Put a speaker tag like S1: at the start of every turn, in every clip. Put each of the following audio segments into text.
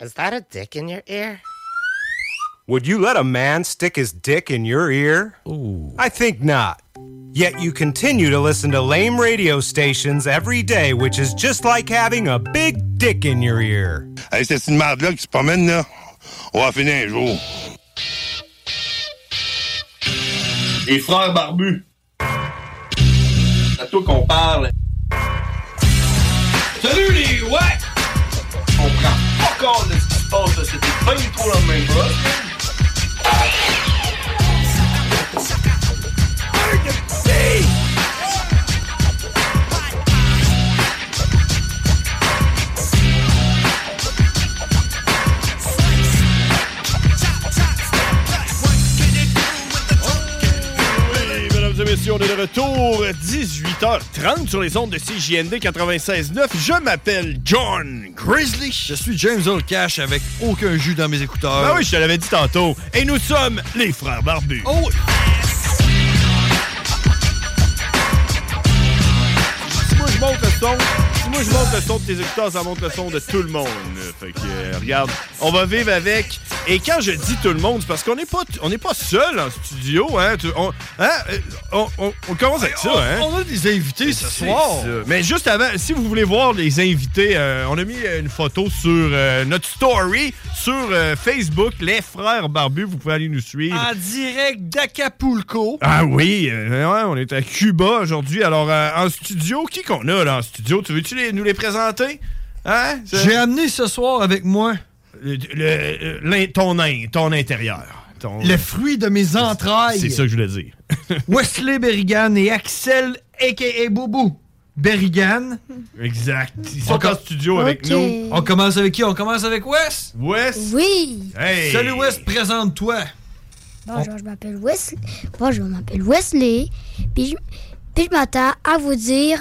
S1: Is that a dick in your ear?
S2: Would you let a man stick his dick in your ear? I think not. Yet you continue to listen to lame radio stations every day, which is just like having a big dick in your ear.
S3: Hey, c'est une merde-là qui se promène, là. On va finir un jour.
S4: Les frères barbus. C'est à toi qu'on parle. Salut les ouais! On prend pas compte de ce qui se passe, là. c'était pas du tout dans le même bras.
S5: Oui, mesdames et messieurs, on est de retour, 18h30 sur les ondes de CJND 96.9. Je m'appelle John Grizzly.
S6: Je suis James Earl Cash avec aucun jus dans mes écouteurs.
S5: Ah oui, je te l'avais dit tantôt. Et nous sommes les frères barbus.
S6: Oh!
S5: Si moi je monte le son, si moi je monte le son de tes écouteurs, ça monte le son de tout le monde. Fait que euh, regarde, on va vivre avec. Et quand je dis tout le monde, c'est parce qu'on n'est pas, on n'est pas seul en studio, hein. Tu- on, hein, euh, on- on- on commence avec ça, hein.
S6: On a des invités ce
S5: C'est
S6: soir.
S5: ça. Mais juste avant, si vous voulez voir les invités, euh, on a mis une photo sur euh, notre story sur euh, Facebook, Les Frères Barbus. Vous pouvez aller nous suivre.
S6: En direct d'Acapulco.
S5: Ah oui, euh, ouais, on est à Cuba aujourd'hui. Alors, euh, en studio, qui qu'on a là en studio? Tu veux-tu les- nous les présenter? Hein? C'est-
S6: J'ai amené ce soir avec moi
S5: Le- le- l'in- ton, in- ton intérieur. Ton-
S6: le fruit de mes entrailles.
S5: C'est ça que je voulais dire.
S6: Wesley Berrigan et Axel, a.k.a. Boubou. Berrigan.
S5: Exact. Ils sont
S6: Ok.
S5: en studio avec nous.
S6: On commence avec qui? On commence avec Wes.
S5: Wes.
S7: Oui!
S5: Hey.
S6: Salut Wes, présente-toi.
S7: Bonjour, je m'appelle Wesley. Bonjour, je m'appelle Wesley. Puis je, puis je m'attends à vous dire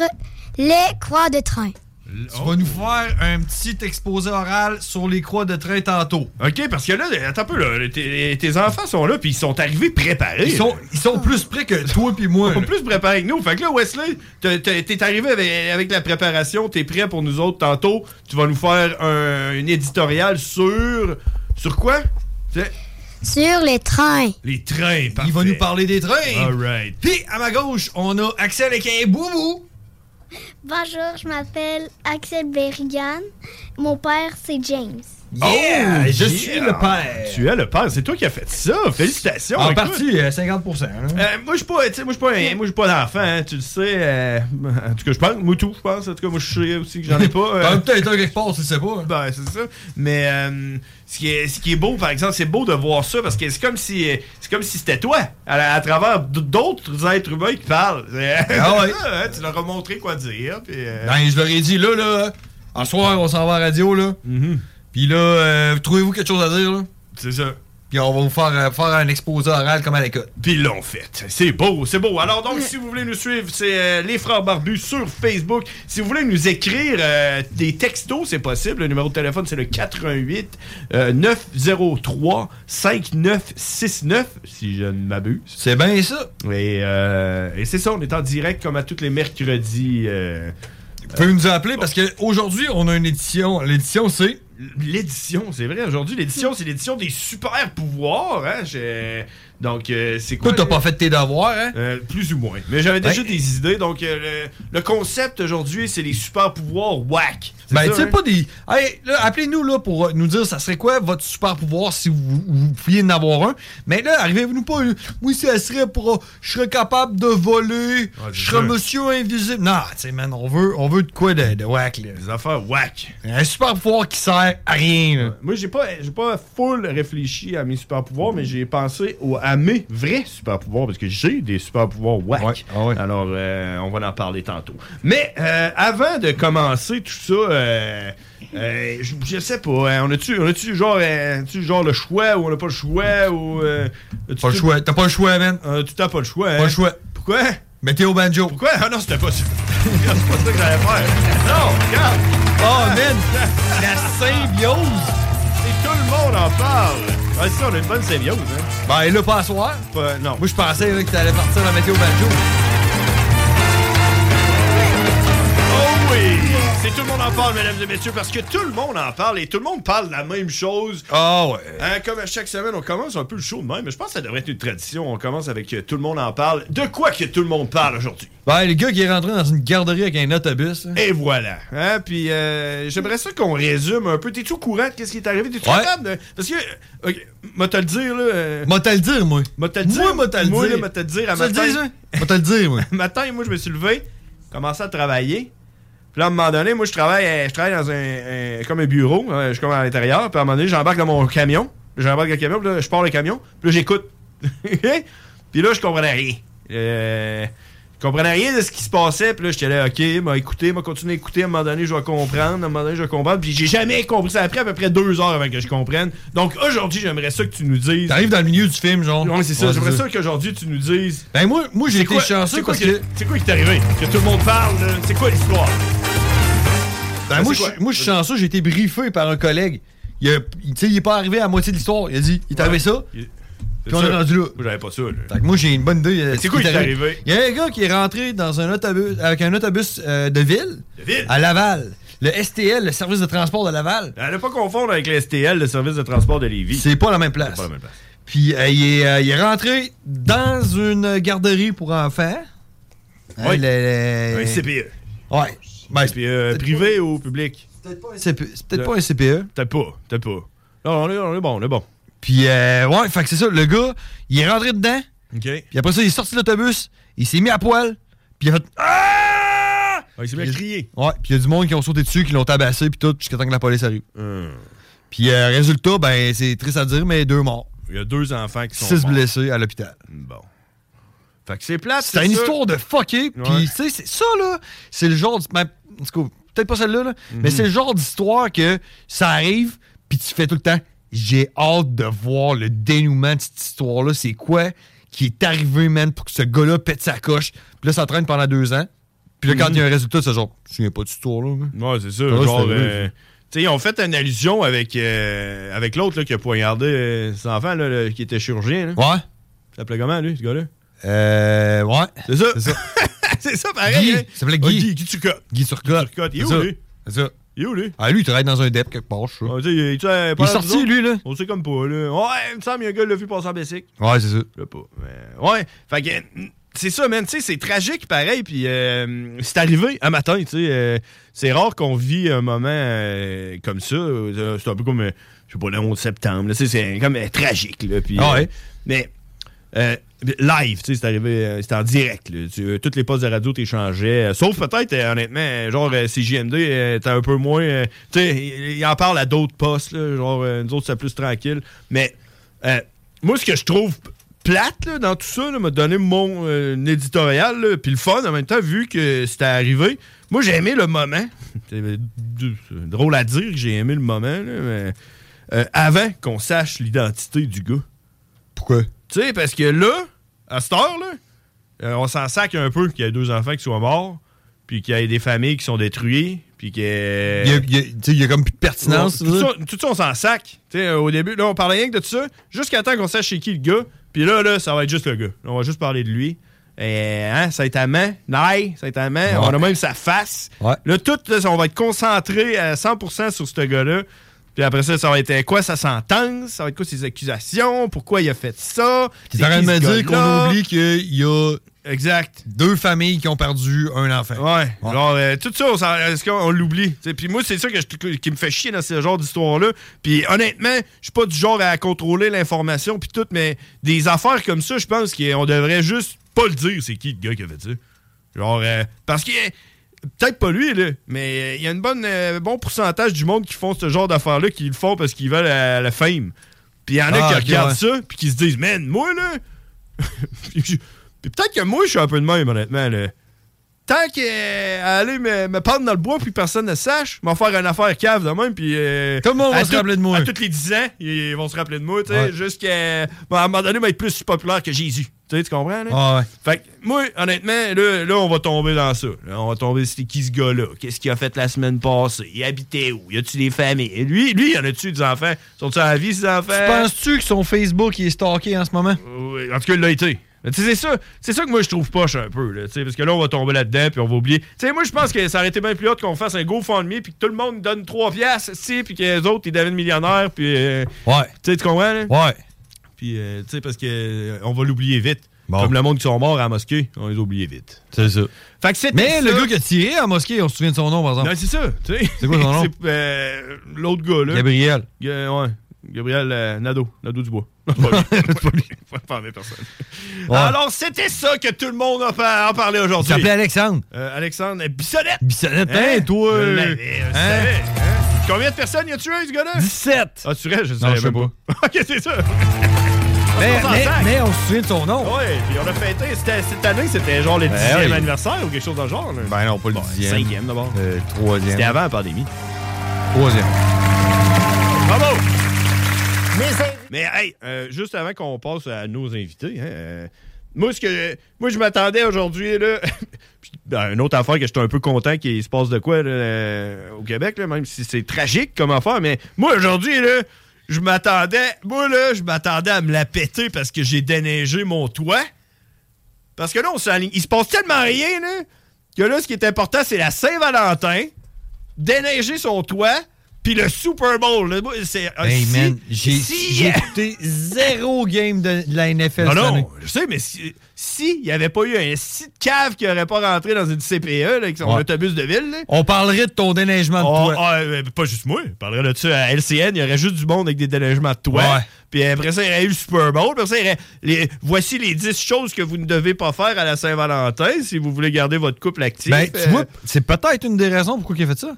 S7: les croix de train.
S5: Oh.
S6: Tu vas nous faire un petit exposé oral sur les croix de train tantôt.
S5: OK, Eh, parce que là, attends un peu, là, tes, tes enfants sont là, puis ils sont arrivés préparés.
S6: Ils sont, ils sont plus près que toi puis moi.
S5: Ils sont
S6: là.
S5: plus préparés que nous. Fait que là, Wesley, t'es- t'es t'es arrivé avec, avec la préparation, t'es prêt pour nous autres tantôt. Tu vas nous faire un, une éditorial sur. Sur quoi C'est-
S7: Sur les trains.
S5: Les trains, parfait.
S6: Il va nous parler des trains.
S5: Alright.
S6: Puis à ma gauche, on a Axel et Boubou.
S7: Bonjour, je m'appelle Axel Berrigan. Mon père, c'est James.
S6: Yeah,
S5: Oh,
S6: je
S5: yeah.
S6: suis le père.
S5: Tu es le père, c'est toi qui as fait ça. Félicitations.
S6: En
S5: écoute.
S6: partie, euh, 50%. hein.
S5: Euh, moi, je suis pas, tu sais, moi, je suis pas, un- moi, j'ai pas d'enfant, hein, tu le sais. euh, en tout cas, je pense, Moutou, je pense. En tout cas, moi, je sais aussi que j'en ai pas. euh.
S6: Ben, Peut-être un quelque part, tu le sais pas. hein.
S5: Ben, c'est ça. Mais euh, ce, qui est, ce qui est beau, par exemple, c'est beau de voir ça parce que c'est comme si euh, c'est comme si c'était toi à, la- à travers d- d'autres êtres humains qui parlent. C'est-
S6: Ah ouais.
S5: hein, tu leur as montré quoi dire. Puis, euh,
S6: Ben, je leur ai dit, là, là, en soir, on s'en va à la radio, là. Puis là, euh, trouvez-vous quelque chose à dire, là?
S5: Mm-hmm. C'est ça.
S6: Puis on va vous faire, euh, faire un exposé oral comme à l'école.
S5: Puis ils l'ont fait. C'est beau, c'est beau. Alors donc, si vous voulez nous suivre, c'est euh, Les Frères Barbus sur Facebook. Si vous voulez nous écrire euh, des textos, c'est possible. Le numéro de téléphone, c'est le 88 euh, 903 5969, si je ne m'abuse.
S6: C'est bien ça.
S5: Et, euh, et c'est ça, on est en direct comme à tous les mercredis. euh,
S6: Vous pouvez nous appeler parce qu'aujourd'hui, on a une édition. L'édition, c'est.
S5: l'édition, c'est vrai, aujourd'hui, l'édition, c'est l'édition des super pouvoirs. Hein? J'ai- Donc, euh, c'est quoi? Euh,
S6: Toi, t'as pas fait tes devoirs, hein?
S5: plus ou moins. Mais j'avais déjà
S6: Ben-
S5: des idées. Donc, euh, le, le concept aujourd'hui, c'est les super pouvoirs whack. C'est
S6: Ben,
S5: ça,
S6: tu sais,
S5: hein?
S6: pas des. Hey, là, appelez-nous là pour euh, nous dire ça serait quoi votre super pouvoir si vous, vous pouviez en avoir un. Mais là, arrivez-nous pas. euh, Oui, ça serait pour. euh, Je serais capable de voler. je
S5: ça.
S6: serais monsieur invisible. Non, tu sais, man, on veut, on veut de quoi de, de whack, là. Des
S5: affaires whack.
S6: Un super pouvoir qui sert à rien, là.
S5: Moi, j'ai pas, j'ai pas full réfléchi à mes super pouvoirs, mais j'ai pensé au- à mes vrais super pouvoirs parce que j'ai des super pouvoirs whack.
S6: Ah
S5: Alors, euh, on va en parler tantôt. Mais euh, avant de commencer tout ça, euh, euh, je, je sais pas. hein, on a-tu, on a-tu genre, euh, tu genre le choix ou on n'a pas le choix ou euh,
S6: Pas le choix. T'as pas le choix, man.
S5: tu t'as pas le choix. hein.
S6: Pas le choix.
S5: Pourquoi?
S6: Météo banjo.
S5: Pourquoi? Ah non, c'était pas ça. Regarde, c'est pas ça que j'allais faire. Non, regarde.
S6: Oh, man. La symbiose.
S5: Et tout le monde en parle. Ah, si, on a une bonne symbiose, hein.
S6: Ben, là, pas à soir.
S5: non.
S6: Moi, je pensais là, que t'allais partir la météo banjo.
S5: Oh oui! C'est tout le monde en parle, mesdames et messieurs, parce que tout le monde en parle et tout le monde parle de la même chose. Hein,
S6: Ah ouais.
S5: comme à chaque semaine, on commence un peu le show de même, mais je pense que ça devrait être une tradition. On commence avec euh, tout le monde en parle. De quoi que tout le monde parle aujourd'hui?
S6: Ben, le gars qui est rentré dans une garderie avec un autobus. là.
S5: Et voilà. Hein? Puis euh, j'aimerais ça qu'on résume un peu. T'es-tu au courant de ce qui est arrivé? T'es-tu
S6: Ouais.
S5: capable de- Parce que, euh, ok, m'a te le dire, là. euh,
S6: M'a te le dire, moi.
S5: M'a te le dire.
S6: Moi, m'a te le
S5: Moi,
S6: dire.
S5: là, m'a te le dire à
S6: Tu le
S5: matin.
S6: dis, hein? M'a te le dire, moi.
S5: matin, moi, je me suis levé, commencé à travailler. Puis là, à un moment donné, moi, je travaille, euh, je travaille dans un, un- comme un bureau. euh, Je suis comme à l'intérieur. Puis à un moment donné, j'embarque dans mon camion. J'embarque dans le camion. Puis là, je pars le camion. Puis là, j'écoute. puis là, je comprenais rien. Euh, je comprenais rien de ce qui se passait. Puis là, j'étais là, OK, m'a écouté, m'a continué à écouter. À un moment donné, je vais comprendre. À un moment donné, je vais comprendre. Puis j'ai jamais compris. Ça a pris à peu près deux heures avant que je comprenne. Donc aujourd'hui, j'aimerais ça que tu nous dises.
S6: T'arrives dans le milieu du film, genre.
S5: Ouais, c'est ça.
S6: Ouais,
S5: j'aimerais
S6: c'est
S5: ça qu'aujourd'hui, tu nous dises.
S6: Ben, moi, moi j'ai
S5: C'est
S6: été
S5: quoi- c'est
S6: chanceux
S5: quoi
S6: parce
S5: qui-
S6: que.
S5: C'est quoi qui t'est arrivé? Que tout le monde parle, là. c'est quoi l'histoire?
S6: Ben,
S5: Ben,
S6: moi,
S5: c'est
S6: je
S5: quoi?
S6: suis- moi, je suis chanceux, j'ai été briefé par un collègue. Il a- il- tu sais, il est pas arrivé à la moitié de l'histoire. Il a dit, il est arrivé ça.
S5: Il-
S6: Puis on est
S5: ça.
S6: rendu là.
S5: Moi, j'avais pas ça, là.
S6: Fait que moi, j'ai une bonne idée. euh,
S5: Mais
S6: ce
S5: c'est quoi qui est arrivé?
S6: Il y a un gars qui est rentré dans un autobus, avec un autobus euh, de, ville,
S5: ville.
S6: à Laval. Le STL, le service de transport de Laval.
S5: Allez Ben, pas confondre avec le STL, le service de transport de Lévis.
S6: C'est pas la même place.
S5: C'est pas la même place.
S6: Puis euh, il, est, euh, il est rentré dans une garderie pour enfants. Hein,
S5: Oui.
S6: le- le-
S5: Un E. CPE.
S6: Ouais. Ben,
S5: CPE E, privé ou public?
S6: C'est peut- c'est peut-être pas un E? CPE.
S5: Peut-être pas, peut-être pas. Non, on est, on est bon, on est bon.
S6: Puis, euh, ouais, fait que c'est ça. Le gars, il est rentré dedans.
S5: OK.
S6: Puis après ça, il est sorti de l'autobus. Il s'est mis à poil. Puis il a fait. Ah!
S5: il s'est mis à crier.
S6: Ouais, puis il y a du monde qui ont sauté dessus, qui l'ont tabassé, puis tout, jusqu'à temps que la police arrive.
S5: Hum.
S6: Puis, euh, résultat, ben, c'est triste à dire, mais deux morts.
S5: Il y a deux enfants qui sont
S6: Six
S5: morts.
S6: blessés à l'hôpital.
S5: Bon. Fait que c'est plate,
S6: C'est une
S5: ça.
S6: histoire de fucké. Puis, tu sais, c'est- ça, là, c'est le genre. d- ben, en tout cas, peut-être pas celle-là, là,
S5: Mhm.
S6: mais c'est le genre d'histoire que ça arrive, puis tu fais tout le temps. J'ai hâte de voir le dénouement de cette histoire-là. C'est quoi qui est arrivé, man, pour que ce gars-là pète sa coche. Puis là, ça traîne pendant deux ans. Puis là, quand il
S5: Mhm.
S6: y a un résultat, c'est genre, je souviens pas de cette histoire-là. man.
S5: Ouais, c'est ça.
S6: Ah, c'est
S5: genre,
S6: vrai,
S5: euh,
S6: ça.
S5: tu sais, ils ont fait une allusion avec, euh, avec l'autre là, qui a poignardé euh, cet enfant là, le- qui était chirurgien. là.
S6: Ouais.
S5: Il s'appelait comment, lui, ce gars-là?
S6: Euh, ouais.
S5: C'est ça.
S6: C'est ça.
S5: c'est ça, pareil.
S6: Guy.
S5: hein.
S6: Il s'appelait
S5: Ah,
S6: Guy.
S5: Guy Turcotte.
S6: Guy Turcotte.
S5: Turcotte. Il est
S6: C'est
S5: où,
S6: ça.
S5: lui?
S6: C'est ça.
S5: Il est où, lui?
S6: Ah, lui, il travaille dans un dep quelque part, je sais.
S5: Ah, tu sais, il est- tu sais, pas
S6: Il
S5: là,
S6: est
S5: nous
S6: sorti,
S5: autres?
S6: lui, là.
S5: On sait comme pas, là. Ouais, il me semble, il y a un gars, qui l'a vu passer en bicycle.
S6: Ouais, c'est ça.
S5: Je sais pas. mais- Euh, Ouais, fait que. mm, C'est ça, man. Tu sais, c'est tragique, pareil. Puis euh, c'est arrivé un matin, tu sais. euh, c'est rare qu'on vit un moment euh, comme ça. Euh, C'est un peu comme, euh, je sais pas, le 11 septembre. là, tu sais, C'est comme euh, tragique, là. Puis,
S6: Ah ouais.
S5: euh, mais euh, live, tu sais, c'est arrivé, euh, c'était en direct. là. Tu- euh, toutes les postes de radio t'échangeaient. euh, sauf peut-être, euh, honnêtement, euh, genre euh, CJMD, euh, t'as un peu moins. euh, tu sais, il, il en parle à d'autres postes, là, genre euh, nous autres, c'est plus tranquille. Mais euh, moi, ce que je trouve plate là, dans tout ça, là, m'a donné mon euh, éditorial, là, puis le fun en même temps, vu que c'était arrivé. Moi, j'ai aimé le moment. C'est euh, d- c'est drôle à dire que j'ai aimé le moment, là, mais, euh, avant qu'on sache l'identité du gars.
S6: Pourquoi?
S5: Tu sais, parce que là, à cette heure, là, euh, on s'en sac un peu qu'il y ait deux enfants qui soient morts, puis qu'il y ait des familles qui sont détruites, puis que.
S6: Il y a, il y a- tu sais, il y a comme plus de pertinence.
S5: tout,
S6: là.
S5: ça, tout ça, on s'en sac. Tu sais, euh, au début, là, on parlait rien que de tout ça, jusqu'à temps qu'on sache chez qui le gars, puis là, là, ça va être juste le gars. On va juste parler de lui. Et, hein, ça est amant, naï, ça est amant, on a même sa face.
S6: Ouais.
S5: Là, tout, là, on va être concentré à 100% sur ce gars-là. Puis après ça, ça va être euh, quoi sa sentence? Ça va être quoi ses accusations? Pourquoi il a fait ça?
S6: T'es
S5: C'est
S6: en train de
S5: qui
S6: me
S5: ce
S6: dire
S5: gars-là?
S6: qu'on oublie qu'il y a
S5: exact.
S6: deux familles qui ont perdu un enfant.
S5: Ouais. Genre, euh, tout ça, on s'en- est-ce qu'on on l'oublie? T'sais, Puis moi, c'est ça que je- qui me fait chier dans ce genre d'histoire-là. Puis honnêtement, je suis pas du genre à contrôler l'information, puis tout, mais des affaires comme ça, je pense qu'on devrait juste pas le dire, c'est qui le gars qui a fait ça. Genre, euh, parce que. euh, Peut-être pas lui, là, mais euh, il y a un bon, bon pourcentage du monde qui font ce genre d'affaires-là, qui le font parce qu'ils veulent euh, la, la fame. Puis il y en a
S6: Ah,
S5: qui
S6: ok,
S5: regardent
S6: ouais.
S5: ça, puis qui se disent, man, moi, là. puis je- puis peut-être que moi, je suis un peu de même, honnêtement, là. Tant qu'aller me, me pendre dans le bois puis personne ne sache, m'en faire une affaire cave de même puis. euh,
S6: Tout le monde va
S5: à
S6: se
S5: tout-
S6: rappeler de moi.
S5: À tous les 10 ans, ils vont se rappeler de moi, tu sais,
S6: Ouais.
S5: jusqu'à. bon, à un moment donné, va être plus populaire que Jésus. Tu sais, tu comprends, là?
S6: Ah ouais.
S5: Fait que moi, honnêtement, là, là, on va tomber dans ça. Là, on va tomber, c'était qui ce gars-là? Qu'est-ce qu'il a fait la semaine passée? Il habitait où? Y a-tu des familles? Et Lui, lui, y en a-tu des enfants? Sont-ils en vie, ces enfants?
S6: Tu Penses-tu que son Facebook il est stocké en ce moment?
S5: Oui, en tout cas, il l'a été. Mais tu sais, c'est ça, c'est ça que moi je trouve poche un peu, là, tu sais, parce que là on va tomber là-dedans puis on va oublier. Tu sais, moi je pense que ça aurait été bien plus hot qu'on fasse un GoFundMe puis que tout le monde donne 3 piastres, si, puis que les autres ils deviennent millionnaires puis. euh,
S6: Ouais.
S5: Tu sais, tu comprends, là?
S6: Ouais.
S5: Puis, euh, tu sais, parce que euh, on va l'oublier vite. Comme le monde qui sont morts à la mosquée, on les oublie vite.
S6: C'est ça.
S5: Fait que c'était
S6: Mais le
S5: ça.
S6: gars qui a tiré à la mosquée, on se souvient de son nom, par exemple.
S5: Non, c'est ça, tu sais.
S6: C'est quoi son nom?
S5: C'est, euh, L'autre gars, là.
S6: Gabriel.
S5: Ga- ouais. Gabriel euh, Nadeau. Nadeau Dubois. Non, c'est pas lui. C'est pas lui. Faut pas parler à personne.
S6: Ouais.
S5: Alors, c'était ça que tout le monde a par- a parlé
S6: Il
S5: aujourd'hui.
S6: s'appelait Alexandre.
S5: Euh, Alexandre euh, Bissonnette.
S6: Bissonnette, hein, toi,
S5: Je
S6: euh,
S5: l'avais, je
S6: hein?
S5: savais, hein? Combien de personnes y a tué, ce gars-là?
S6: 17.
S5: Ah, tu restes, je
S6: Non,
S5: savais
S6: je sais
S5: même ok, c'est ça.
S6: Mais,
S5: On s'en
S6: mais-
S5: sac.
S6: mais on se souvient de son nom.
S5: Ouais, puis on a fêté. c'était- Cette année, c'était genre le
S6: Ben
S5: 10e
S6: oui.
S5: anniversaire ou quelque chose dans le genre. là.
S6: Ben non, pas le
S5: Bon,
S6: dixième.
S5: Cinquième d'abord.
S6: Euh, troisième.
S5: C'était avant la pandémie.
S6: Troisième.
S5: Bravo! Mais hey, euh, juste avant qu'on passe à nos invités, hein, euh, moi, ce que, moi, je m'attendais aujourd'hui, là, puis, ben, une autre affaire que j'étais un peu content qu'il se passe de quoi là, euh, au Québec, là, même si c'est tragique comme affaire, mais moi, aujourd'hui, là, je m'attendais, moi, là, je m'attendais à me la péter parce que j'ai déneigé mon toit. Parce que là, on s'enligne. Il se passe tellement rien, là, que là, ce qui est important, c'est la Saint-Valentin, déneiger son toit, puis le Super Bowl. là. Moi, c'est,
S6: Hey,
S5: si-
S6: man, j'ai
S5: si-
S6: j'ai écouté zéro game de, de la NFL
S5: non,
S6: cette année.
S5: non, je sais, mais s'il si, n'y avait pas eu un site cave qui n'aurait pas rentré dans une CPE là, avec son
S6: Ouais.
S5: autobus de ville, là,
S6: On parlerait de ton déneigement de
S5: Oh,
S6: toi.
S5: ah, euh, pas juste moi. Je parlerais de ça à LCN. Il y aurait juste du monde avec des déneigements de toit. Puis après ça, il y aurait eu le Super Bowl. Puis après ça, il y aurait les- voici les 10 choses que vous ne devez pas faire à la Saint-Valentin si vous voulez garder votre couple actif.
S6: Ben, tu
S5: Euh,
S6: vois, c'est peut-être une des raisons pourquoi il a fait ça.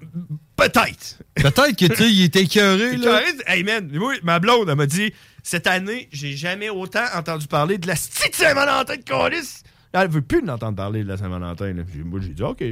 S5: Peut-être.
S6: Peut-être que, tu sais, il était écœuré, là.
S5: Carré, Hey man, moi, ma blonde, elle m'a dit Cette année, j'ai jamais autant entendu parler de la petite Saint-Valentin de Colis. Là, elle veut plus l'entendre parler de la Saint-Valentin. là. Puis Moi, j'ai dit OK.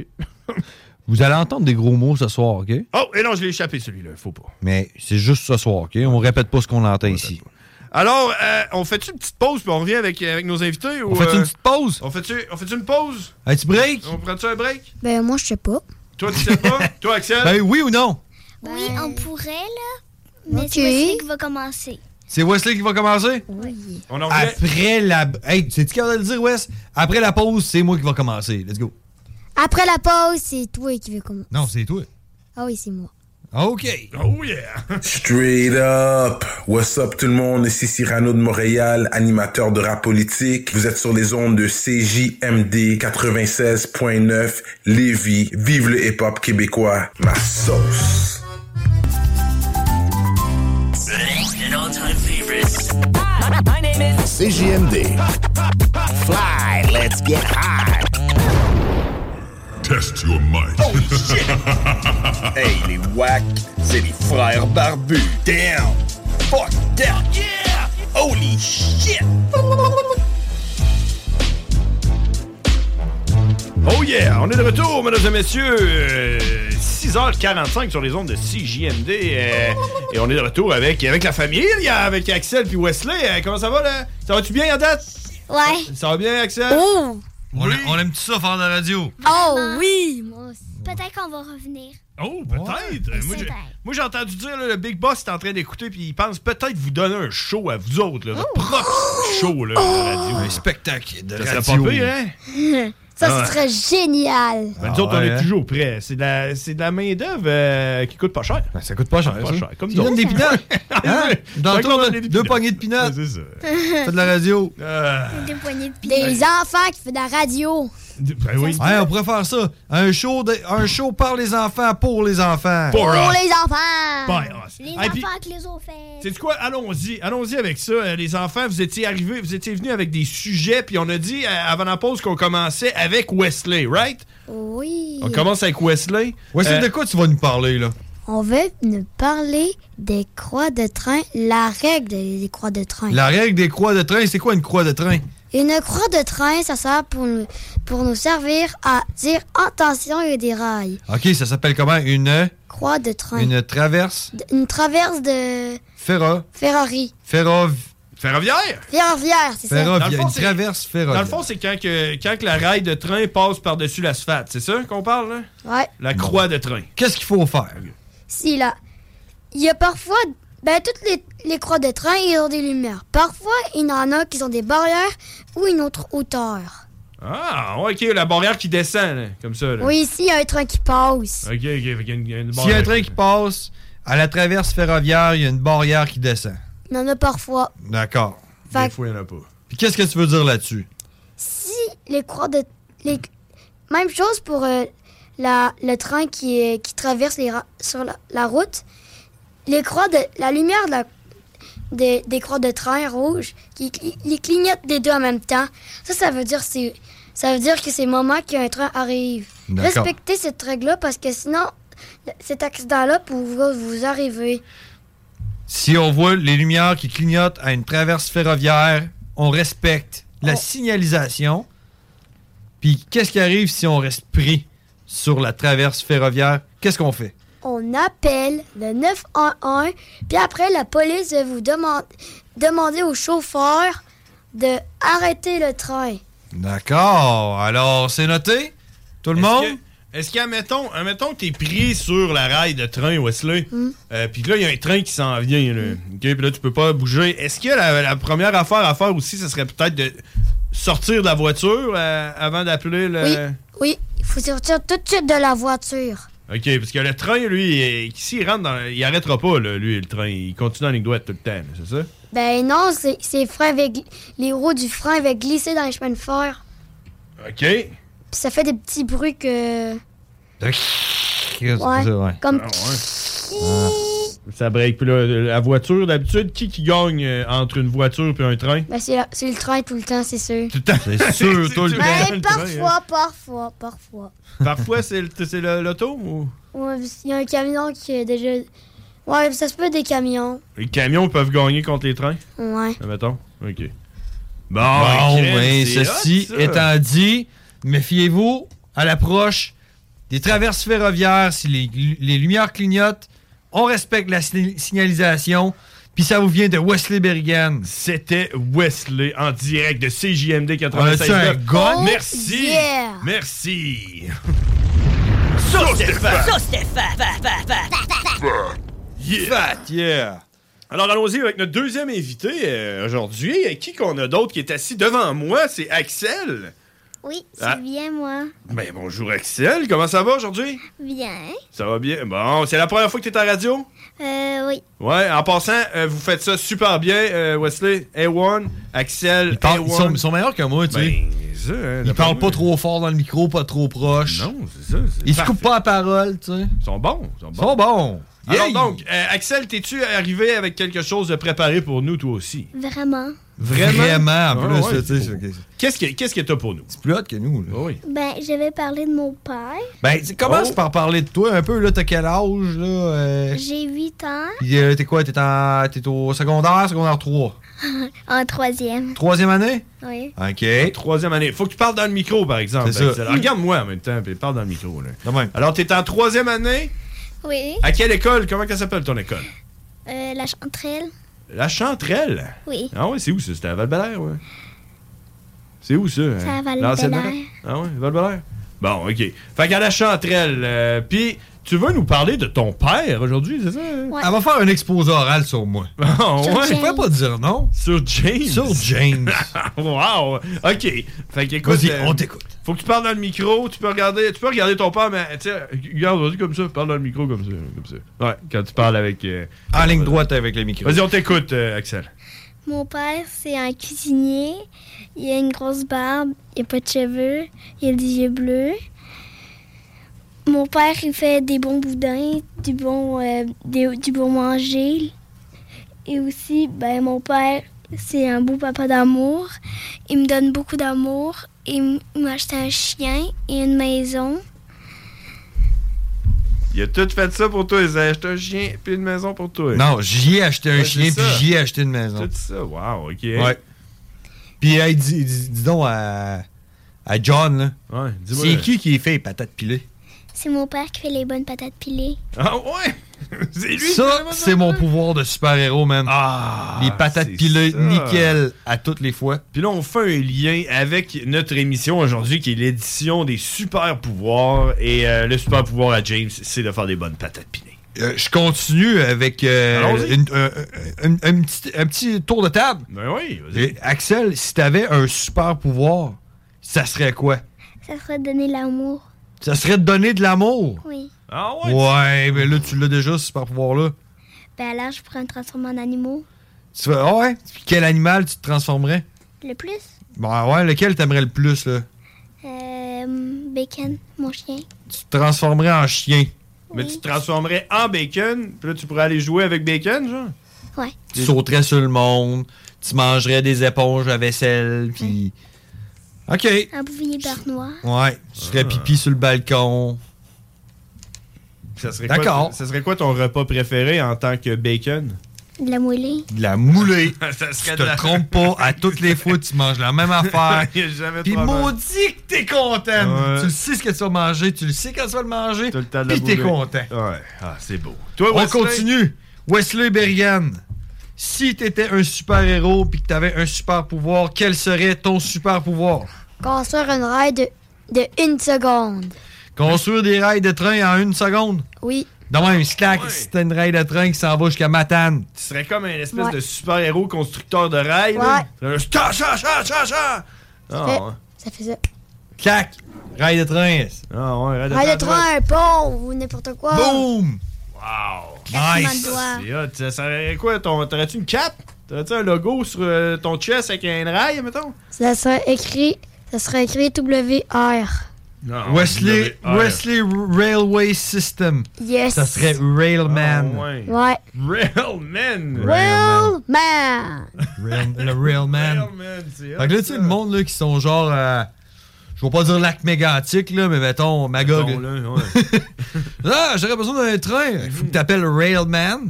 S6: Vous allez entendre des gros mots ce soir, OK?
S5: Oh, et non, je l'ai échappé celui-là, faut pas.
S6: Mais c'est juste ce soir, OK? On répète pas ce qu'on entend ici.
S5: Alors, euh, on fait-tu une petite pause puis on revient avec, avec nos invités ou,
S6: On fait
S5: euh,
S6: une petite pause?
S5: On fait-tu on fait une pause
S6: Un petit break?
S5: On prend-tu un break
S7: Ben, moi, je sais pas.
S5: Toi, tu sais pas Toi, Axel
S6: Ben oui ou non?
S8: Oui, on pourrait, là. Mais
S7: Ben. Ok.
S8: c'est Wesley qui va commencer.
S6: C'est Wesley qui va commencer?
S8: Oui.
S5: On en revient.
S6: Après la. Hey, c'est tu capable de le dire, Wes? Après la pause, c'est moi qui va commencer. Let's go.
S7: Après la pause, c'est toi qui veux commencer.
S6: Non, c'est toi.
S7: Ah oui, c'est moi.
S6: OK.
S5: Oh yeah.
S9: Straight up! What's up tout le monde? Ici Cyrano de Montréal, animateur de rap politique. Vous êtes sur les ondes de CJMD 96.9 Lévis. Vive le hip-hop québécois. Ma sauce.
S10: My name is CGMD. Fly, let's get high.
S11: Test your might. Oh shit! hey, les wack, c'est les frères barbus. Damn! Fuck that! Yeah! Holy shit!
S5: Oh yeah, on est de retour, mesdames et messieurs. Euh, 6h45 sur les ondes de CJMD. euh, et on est de retour avec, avec la famille, il y a- avec Axel puis Wesley. Euh, comment ça va, là? Ça va-tu bien, en date?
S7: Ouais.
S5: Ça va bien, Axel?
S7: Oh!
S6: On, aime tout ça faire de la radio.
S7: Oh oui!
S8: Peut-être qu'on va revenir.
S5: Oh, peut-être.
S8: Ouais.
S5: Moi, j'ai-
S8: Peut-être.
S5: Moi, j'ai entendu dire, là, le Big Boss est en train d'écouter, puis il pense peut-être vous donner un show à vous
S7: Oh!
S5: autres, là, votre propre show là, de radio.
S6: Un spectacle de
S5: Ça serait
S6: radio.
S5: pas pire, hein?
S6: Ah
S7: Ça, ce serait génial.
S5: Ben, nous autres, on
S6: ouais,
S5: est
S6: hein?
S5: toujours prêts. C'est de la, c'est de la main-d'œuvre euh, qui coûte pas cher.
S6: Ben, ça coûte pas cher.
S5: Pas
S6: ça.
S5: cher. Comme
S6: Tu donnes des pinottes. Hein? Dans
S5: Ah, Fait
S6: le
S5: qu'on donne
S6: tour,
S5: des
S6: deux poignées de pinottes.
S5: C'est ça. Ah.
S6: Fais de la radio.
S7: Des enfants qui font de la radio.
S6: Ben Ouais, on pourrait faire ça. Un show, de- un show par les enfants, pour les enfants.
S7: Pour les enfants.
S5: By us.
S7: Les
S5: Et
S7: enfants
S5: puis-
S7: avec les autres fait.
S5: C'est quoi? Allons-y. Allons-y avec ça. Euh, Les enfants, vous étiez arrivés, vous étiez venus avec des sujets, puis on a dit euh, avant la pause qu'on commençait avec Wesley, right?
S7: Oui.
S5: On commence avec Wesley. Euh,
S6: Wesley, de
S5: quoi tu vas nous parler, là?
S7: On veut nous parler des croix de train, la règle des croix de train.
S6: La règle des croix de train, c'est quoi une croix de train?
S7: Une croix de train, ça sert pour nous, pour nous servir à dire attention et des rails.
S6: OK, ça s'appelle comment? Une,
S7: Croix de train. Une,
S6: une traverse
S7: traverse de
S6: ferro...
S7: Ferrari.
S6: ferrov...
S5: Ferroviaire?
S7: Ferroviaire, c'est ça.
S5: Dans le
S6: Ferroviaire.
S5: fond,
S6: Une
S5: c'est-
S6: traverse
S5: Dans le
S6: ferroviaire.
S5: fond, c'est quand, que, quand que la rail de train passe par-dessus l'asphalte. C'est ça qu'on parle, là?
S7: Ouais.
S5: La croix de train.
S6: Qu'est-ce qu'il faut faire?
S7: Si, là. Il y a parfois. Ben, toutes les, les croix de train, ils ont des lumières. Parfois, il y en a qui ont des barrières ou une autre hauteur.
S5: Ah, ouais, OK, la barrière qui descend, là, comme ça. Là.
S7: Oui, ici, il y a un train qui passe.
S5: OK, OK, fait qu'il y a une, il y a une
S6: S'il y a un
S5: barrière.
S6: train qui passe à la traverse ferroviaire, il y a une barrière qui descend.
S7: Il y en a parfois.
S6: D'accord.
S7: Fait que
S5: fois, il n'y en a pas.
S6: Puis qu'est-ce que tu veux dire là-dessus?
S7: si les croix de. Les... Même chose pour euh, la, le train qui, est- qui traverse les ra- sur la, la route. Les croix de. La lumière de la- des, des croix de train rouges, qui cli- les clignotent des deux en même temps. Ça, ça veut dire, c'est- ça veut dire que c'est le moment qu'un train arrive.
S6: D'accord.
S7: Respectez cette règle-là parce que sinon, le- cet accident-là pourrait vous arriver.
S6: Si on voit les lumières qui clignotent à une traverse ferroviaire, on respecte la signalisation. Puis qu'est-ce qui arrive si on reste pris sur la traverse ferroviaire? Qu'est-ce qu'on fait?
S7: On appelle le 911, puis après la police va vous demander demander au chauffeur de arrêter le train.
S6: D'accord. Oh, Alors, c'est noté? Tout le monde?
S5: Est-ce qu'admettons, admettons que t'es pris sur la rail de train, Wesley, euh, puis que là, il y a un train qui s'en vient, là, OK, puis là, tu peux pas bouger. Est-ce que la, la première affaire à faire aussi, ce serait peut-être de sortir de la voiture euh, avant d'appeler le...
S7: Oui. Oui, il faut sortir tout de suite de la voiture.
S5: OK, parce que le train, lui, euh, s'il rentre dans... Il arrêtera pas, là, lui, le train. Il continue en ligne droite tout le temps, là, c'est ça?
S7: Ben non, c'est- ces freins avaient gl- les roues du frein avaient glissé dans les chemins de fer.
S5: OK.
S7: Puis ça fait des petits bruits que ben
S5: ça,
S6: ouais.
S7: comme
S5: Ça break. Puis là, Euh, la voiture, d'habitude, qui qui gagne euh, entre une voiture puis un train?
S7: ben, c'est la- c'est le train tout le temps, c'est sûr.
S5: C'est sûr, tout le hein.
S7: Ben,
S5: temps. hein.
S7: parfois, parfois, parfois.
S5: Parfois, c'est le- c'est le- l'auto ou...
S7: Ouais, Il y a un camion qui est déjà. Ouais, ça se peut des camions.
S5: Les camions peuvent gagner contre les trains?
S7: Ouais.
S5: Admettons. OK. Bon,
S6: Bon,
S5: crème,
S6: ben,
S5: c'est
S6: ceci
S5: hot, ça.
S6: étant dit, méfiez-vous à l'approche des traverses ferroviaires. Si les, les lumières clignotent, on respecte la si- signalisation. Puis ça vous vient de Wesley Berrigan.
S5: C'était Wesley en direct de CJMD
S6: On a-tu un
S5: 96.
S6: gun? Oh,
S5: Merci.
S6: yeah.
S5: Merci.
S10: Sauce
S5: Stéphane.
S10: Sauce Stéphane.
S5: Yeah. Alors allons-y avec notre deuxième invité euh, aujourd'hui. Euh, Qui qu'on a d'autre qui est assis devant moi? C'est Axel.
S8: Oui,
S5: Ah.
S8: c'est bien moi.
S5: Ben bonjour Axel, comment ça va aujourd'hui?
S8: Bien.
S5: Ça va bien? Bon, c'est la première fois que tu es à la radio?
S8: Euh, oui.
S5: Ouais, en passant, euh, vous faites ça super bien, euh, Wesley, A1, Axel,
S6: Ils, parlent-
S5: A1.
S6: ils sont, ils sont meilleurs que moi, tu sais.
S5: ça, hein,
S6: Ils
S5: d'après
S6: parlent
S5: moi.
S6: pas trop fort dans le micro, pas trop proche.
S5: Non, c'est ça. c'est
S6: Ils se
S5: parfait.
S6: coupent pas la parole, tu sais.
S5: Ils sont bons. Ils sont
S6: Ils
S5: bons.
S6: sont bons.
S5: Alors
S6: Yeah!
S5: donc, euh, Axel, t'es-tu arrivé avec quelque chose de préparé pour nous, toi aussi?
S8: Vraiment.
S5: Vraiment?
S6: Vraiment, en plus,
S5: Ah ouais,
S6: là, tu sais.
S5: c'est
S6: c'est-
S5: Qu'est-ce que qu'est-ce que t'as pour nous? Oh
S6: C'est plus hot que nous, là.
S5: oui.
S8: Ben, j'avais parlé de mon père.
S6: Ben, tu sais, commence
S8: Oh.
S6: par parler de toi un peu, là. T'as quel âge, là? euh,
S8: J'ai 8 ans
S6: Puis euh, t'es quoi? T'es, en, t'es au secondaire, secondaire 3.
S8: en troisième.
S6: Troisième année?
S8: Oui.
S6: OK.
S5: Troisième année. Faut que tu parles dans le micro, par exemple.
S6: C'est ça.
S5: Axel. Alors, Regarde-moi en même temps, puis parle dans le micro. Là. Alors, t'es en troisième année.
S8: Oui.
S5: À quelle école? Comment qu'elle s'appelle, ton école?
S8: Euh, la chanterelle.
S5: La Chanterelle.
S8: Oui.
S5: Ah ouais, c'est où ça? C'était à val ouais. C'est où ça?
S8: C'est
S5: hein?
S8: à Val-Belair.
S5: L'ancienne Europe? Ah ouais, val Bon, OK. Fait qu'à la Chanterelle, euh, puis Tu veux nous parler de ton père aujourd'hui, c'est ça? hein?
S6: Elle va faire un exposé oral sur moi.
S5: Ah,
S6: Sur
S5: ouais?
S6: James. Je pourrais pas dire non.
S5: Sur James.
S6: Sur James.
S5: wow. OK. Fait que, écoute,
S6: Vas-y, on
S5: t'écoute. Faut que tu parles dans le micro. Tu peux regarder, tu peux regarder ton père, mais tu sais, regarde, vas-y comme ça. Parle dans le micro comme ça. Comme ça. Ouais, quand tu parles avec. euh,
S6: En ligne droite avec les micros.
S5: Vas-y, on t'écoute, euh, Axel.
S8: Mon père, c'est un cuisinier. Il a une grosse barbe, il n'a pas de cheveux, il a des yeux bleus. Mon père, il fait des bons boudins, du bon, euh, des- du bon manger. Et aussi, ben, mon père, c'est un beau papa d'amour. Il me donne beaucoup d'amour. Il m- il m'a acheté un chien et une maison.
S5: Il a tout fait ça pour toi. Il a acheté un chien puis une maison pour toi.
S6: Non, j'y ai acheté un
S5: Ouais,
S6: chien
S5: c'est
S6: puis
S5: ça.
S6: j'y ai acheté une maison.
S5: Tout ça, wow, ok.
S6: Ouais. Puis, hey, dis, dis- dis donc à, à John, là.
S5: Ouais, dis-moi.
S6: C'est qui qui fait les patates pilées?
S8: C'est mon père qui fait les bonnes patates pilées.
S5: Ah ouais? C'est Ah, lui
S6: Ça, c'est mon pouvoir de super-héros, man. les patates pilées,
S5: ça.
S6: nickel, à toutes les fois.
S5: Puis là, on fait un lien avec notre émission aujourd'hui qui est l'édition des super pouvoirs. Et euh, le super pouvoir à James, c'est de faire des bonnes patates pilées.
S6: Euh, je continue avec euh,
S5: Allons-y.
S6: une- euh, un- un petit- un petit tour de table.
S5: Ben oui, vas-y.
S6: Et Axel, si t'avais un super pouvoir, ça serait quoi?
S8: Ça serait donner l'amour.
S6: Ça serait de donner de l'amour.
S8: Oui.
S5: Ah
S6: ouais? mais là, tu l'as déjà, ce super pouvoir-là.
S8: Ben alors, je pourrais me transformer en animaux.
S6: Tu fais, ah ouais? Puis Quel animal tu te transformerais?
S8: Le plus,
S6: Ben ouais, lequel t'aimerais le plus, là?
S8: euh, Bacon, mon chien.
S6: Tu te transformerais en chien.
S5: Mais tu te transformerais en bacon, puis là, tu pourrais aller jouer avec bacon, genre?
S8: Ouais.
S6: Tu sauterais sur le monde, tu mangerais des éponges à vaisselle, puis...
S5: Hmm.
S6: OK.
S8: Un bouvier beurre noir.
S6: Ouais, tu
S5: Euh.
S6: ferais pipi sur le balcon.
S5: Ça serait
S6: D'accord.
S5: Quoi, ça serait quoi ton repas préféré en tant que bacon?
S8: De la moellée.
S6: De la moulée.
S5: ça serait
S6: tu
S5: de la-
S6: te trompes pas, à toutes les fois, tu manges la même affaire.
S5: Il y a jamais
S6: Puis
S5: de problème.
S6: maudit
S8: Euh,
S6: que t'es content.
S5: Ouais.
S6: Tu le sais ce que tu vas manger, tu le sais quand tu vas le manger.
S5: Tout le temps de la
S6: Puis t'es
S5: boulette.
S6: content.
S5: Ouais. Ah, c'est beau. Toi,
S6: On
S5: Wesley?
S6: continue. Wesley Berrigan, si t'étais un super-héros puis que t'avais un super-pouvoir, quel serait ton super-pouvoir?
S7: Construire une rail de, de une seconde.
S6: Construire des rails de train en une seconde?
S7: Oui.
S6: Non, même, slack, si t'as une rail de train qui s'en va jusqu'à Matane.
S5: Tu serais comme un espèce
S7: Ouais.
S5: de super-héros constructeur de rails. là. Tu serais un cha, cha, cha, cha. Ah,
S7: Fait-
S5: ouais.
S7: Ça fait ça.
S6: Clac! Rail de train.
S5: Ah ouais, rail de
S7: Rail de
S5: train.
S7: train, pont ou n'importe quoi.
S6: Boum!
S5: Wow!
S7: Claquement de doigts.
S5: C'est hot. Ça serait quoi? ton- T'aurais-tu une cape? T'aurais-tu un logo sur euh, ton chest avec un rail, mettons?
S7: Ça serait écrit, ça serait écrit WR.
S6: Wesley,
S5: Ah,
S6: Wesley Railway System.
S7: Yes.
S6: Ça serait Railman.
S5: Ah, ouais.
S7: Ouais.
S5: Railman!
S7: Well, man.
S6: Rail- le Railman.
S5: Railman, c'est hot.
S6: Fait que là, tu sais, le monde là, qui sont genre. euh, je vais pas dire lac mégantique, là, mais mettons Magog.
S5: Mettons, Mm-hmm.
S6: Ah, j'aurais besoin d'un train. Faut que t'appelles Railman.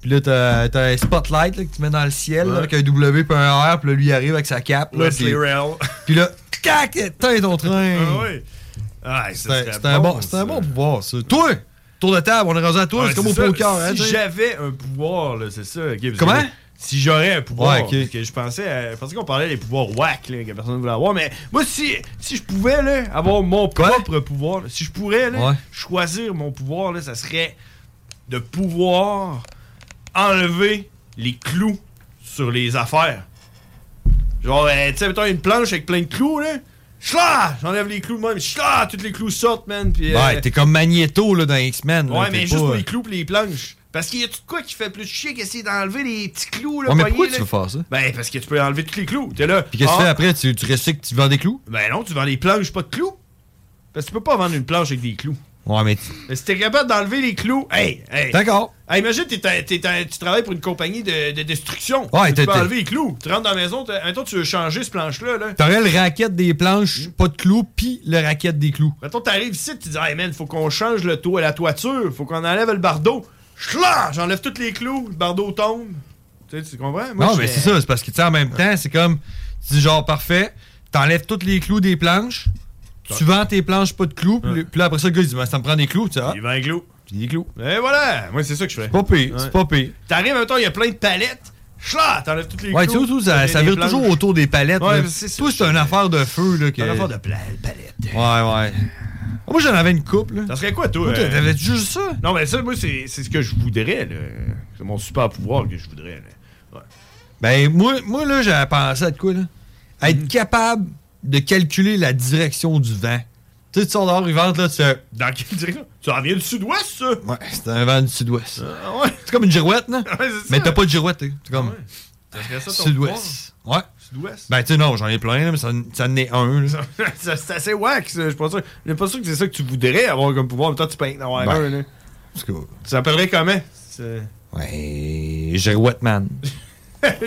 S6: Puis là, t'as t'as un spotlight là, que tu mets dans le ciel là,
S5: Ouais.
S6: avec un W puis un R. Puis là, lui, il arrive avec sa cape. Là,
S5: Wesley
S6: puis-
S5: Rail.
S6: Puis là, tac, éteins ton train.
S5: Ah ouais. Ah, ça
S6: C'est un-
S5: serait
S6: c'est un, bon,
S5: bon,
S6: c'est un bon pouvoir, ça. Toi, tour de table, on est rendu à toi.
S5: Ouais,
S6: c'est comme au
S5: ça.
S6: poker. hein, tu
S5: Si
S6: sais.
S5: j'avais un pouvoir, là, c'est ça. ok, parce que-
S6: Comment?
S5: Si j'aurais un pouvoir,
S6: Ouais, ok.
S5: parce que je pensais, à- je pensais qu'on parlait des pouvoirs whack là, que personne ne voulait avoir, mais moi si si je pouvais là, avoir mon propre pouvoir, là, si je pourrais là,
S6: Ouais.
S5: choisir mon pouvoir là, ça serait de pouvoir enlever les clous sur les affaires. Genre, euh, tu sais, mettons une planche avec plein de clous là. Chla! J'enlève les clous de même. Chla! Toutes les clous sortent, man. Puis, euh,
S6: Ouais, Ben, t'es comme Magneto là, dans X-Men. là,
S5: Ouais,
S6: t'es
S5: mais juste
S6: pas- euh,
S5: pour les clous pis les planches. Parce qu'il y a tout de quoi qui fait plus chier qu'essayer d'enlever les petits clous. Là,
S6: Ouais, mais
S5: pognés,
S6: pourquoi
S5: là.
S6: tu veux faire ça?
S5: Ben, parce que tu peux enlever tous les clous. T'es là.
S6: Puis qu'est-ce que tu
S5: Ah,
S6: fais après? Tu, tu recycles, tu vends des clous?
S5: Ben non, tu vends les planches, pas de clous. Parce que tu peux pas vendre une planche avec des clous.
S6: Ouais, mais.
S5: Mais si t'es capable d'enlever les clous, hey, hey.
S6: D'accord.
S5: Hey, imagine, t'es un- t'es un- tu travailles pour une compagnie de, de destruction.
S6: Ouais,
S5: tu
S6: t'es-
S5: peux
S6: t'es-
S5: enlever les clous. Tu rentres dans la maison, t'as- mettons, tu veux changer ce planche-là. Là.
S6: T'aurais le racket des planches, pas de clous, puis le racket des clous.
S5: Mettons, t'arrives ici, tu dis, hey man, faut qu'on change le toit, la toiture, faut qu'on enlève le bardeau. Chla! J'enlève tous les clous, le bardeau tombe. Tu sais, tu comprends? Moi,
S6: non,
S5: je
S6: mais
S5: fais-
S6: c'est ça, c'est parce que tu sais, en même temps, c'est comme. Tu dis genre, parfait, t'enlèves tous les clous des planches, tu vends tes planches, pas de clous, puis le- puis là, après ça, le gars, il dit, Ben, ça me prend des clous, tu sais.
S5: Il vend des clous.
S6: Puis des clous.
S5: Et voilà! Moi, c'est ça que je fais.
S6: Pas pire,
S5: Ouais.
S6: c'est pas pire.
S5: T'arrives, mettons, il y a plein de palettes. Chla! T'enlèves toutes les
S6: Ouais, tu
S5: clous.
S6: sais, tout ça,
S5: t'as
S6: ça
S5: des
S6: vire
S5: planches.
S6: toujours autour des palettes.
S5: Ouais,
S6: là.
S5: mais c'est ça,
S6: Toi, c'est une affaire de feu, là. Que...
S5: T'en as pas de pla- palettes.
S6: Ouais, ouais. Moi, j'en avais une couple. là.
S5: Ça serait quoi, toi?
S6: Moi, t'a- t'avais
S5: juste ça? Non, mais ça, moi, c'est c'est ce que je voudrais. là. C'est mon super pouvoir que je voudrais. là. Ouais.
S6: Ben, moi, moi là, j'avais pensé à de quoi, là? À
S5: Mhm.
S6: être capable de calculer la direction du vent. Tu sais, tu sors dehors, il vente, là, tu fais.
S5: Dans quelle direction? Tu en viens du sud-ouest, ça?
S6: Ouais, c'est un vent du sud-ouest.
S5: Ah,
S6: C'est comme une girouette, là. Mais t'as pas de girouette, hein. C'est comme.
S5: Ça serait ça, ton
S6: Sud-ouest.
S5: Ah
S6: Ouais.
S5: Sud-ouest.
S6: Ben, tu sais, non, j'en ai plein, là, mais ça, ça en est un, là.
S5: Ça, c'est assez wack, ça. Je suis pas sûr- je suis pas sûr que c'est ça que tu voudrais avoir comme pouvoir, mais toi, tu peux en avoir
S6: Ben,
S5: un. Là. Tu t'appellerais comment? C'est-
S6: Ouais. Girouette, man.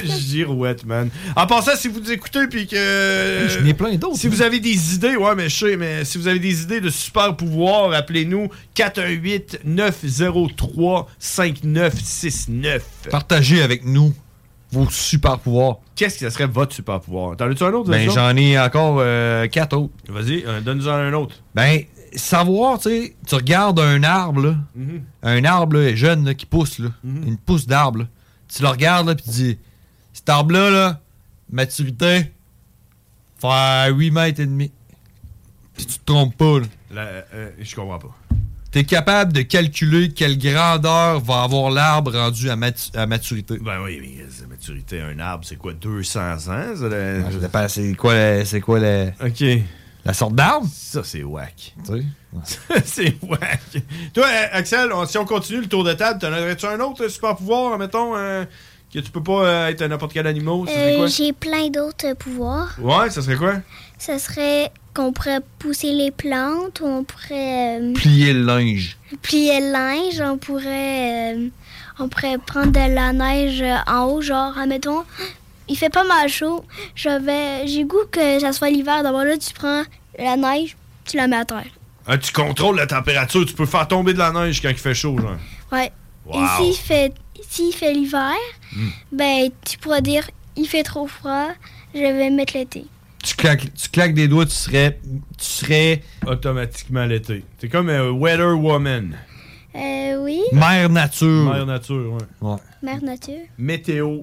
S5: Girouette, man. En passant, si vous nous écoutez puis que.
S6: J'en ai plein d'autres.
S5: Si vous avez des idées, ouais, mais je sais, mais si vous avez des idées de super pouvoirs, appelez-nous 418-903-5969.
S6: Partagez avec nous vos super pouvoirs.
S5: Qu'est-ce que ça serait votre super pouvoir? T'en as-tu un autre?
S6: Ben,
S5: Vincent?
S6: j'en ai encore euh, quatre autres.
S5: Vas-y, euh, donne-nous un autre.
S6: Ben, savoir, tu sais, tu regardes un arbre, là.
S5: Mhm.
S6: Un arbre là, jeune là, qui pousse, là. Une pousse d'arbre, là. Tu le regardes, là, puis tu dis Cet arbre-là, là, maturité, faire 8 mètres et demi. Puis tu te trompes pas, là.
S5: La- euh, je comprends pas.
S6: T'es capable de calculer quelle grandeur va avoir l'arbre rendu à, matu- à maturité.
S5: Ben oui, mais la maturité, un arbre, Ah, c'est quoi, 200 ans? Ça, le-
S6: Je sais pas, c'est quoi, la- c'est quoi la,
S5: OK.
S6: la sorte d'arbre?
S5: Ça, c'est whack.
S6: Tu sais?
S5: c'est wack. Toi, euh, Axel, on- si on continue le tour de table, t'en aurais-tu un autre euh, super pouvoir, euh, mettons, euh, que tu peux pas euh, être n'importe quel animal? Ça serait
S8: Euh,
S5: quoi?
S8: J'ai plein d'autres pouvoirs.
S5: Ouais, ça serait quoi?
S8: Ce serait qu'on pourrait pousser les plantes, on pourrait euh,
S6: Plier le linge.
S8: plier le linge, on pourrait, euh, on pourrait prendre de la neige euh, en haut, genre, admettons, il fait pas mal chaud, je vais, j'ai goût que ça soit l'hiver, d'abord là, tu prends la neige, tu la mets à terre.
S5: Ah, tu contrôles la température, tu peux faire tomber de la neige quand il fait chaud, genre.
S8: Ouais.
S5: Wow.
S8: Et s'il fait, s'il fait l'hiver,
S5: Hmm.
S8: ben, tu pourras dire, il fait trop froid, je vais mettre l'été.
S6: Tu claques, tu claques des doigts, tu serais. Tu serais.
S5: Automatiquement l'été. T'es comme un weather woman.
S8: Euh, oui,
S6: Mère nature.
S5: Mère nature, ouais.
S6: Ouais.
S8: mère nature.
S5: Météo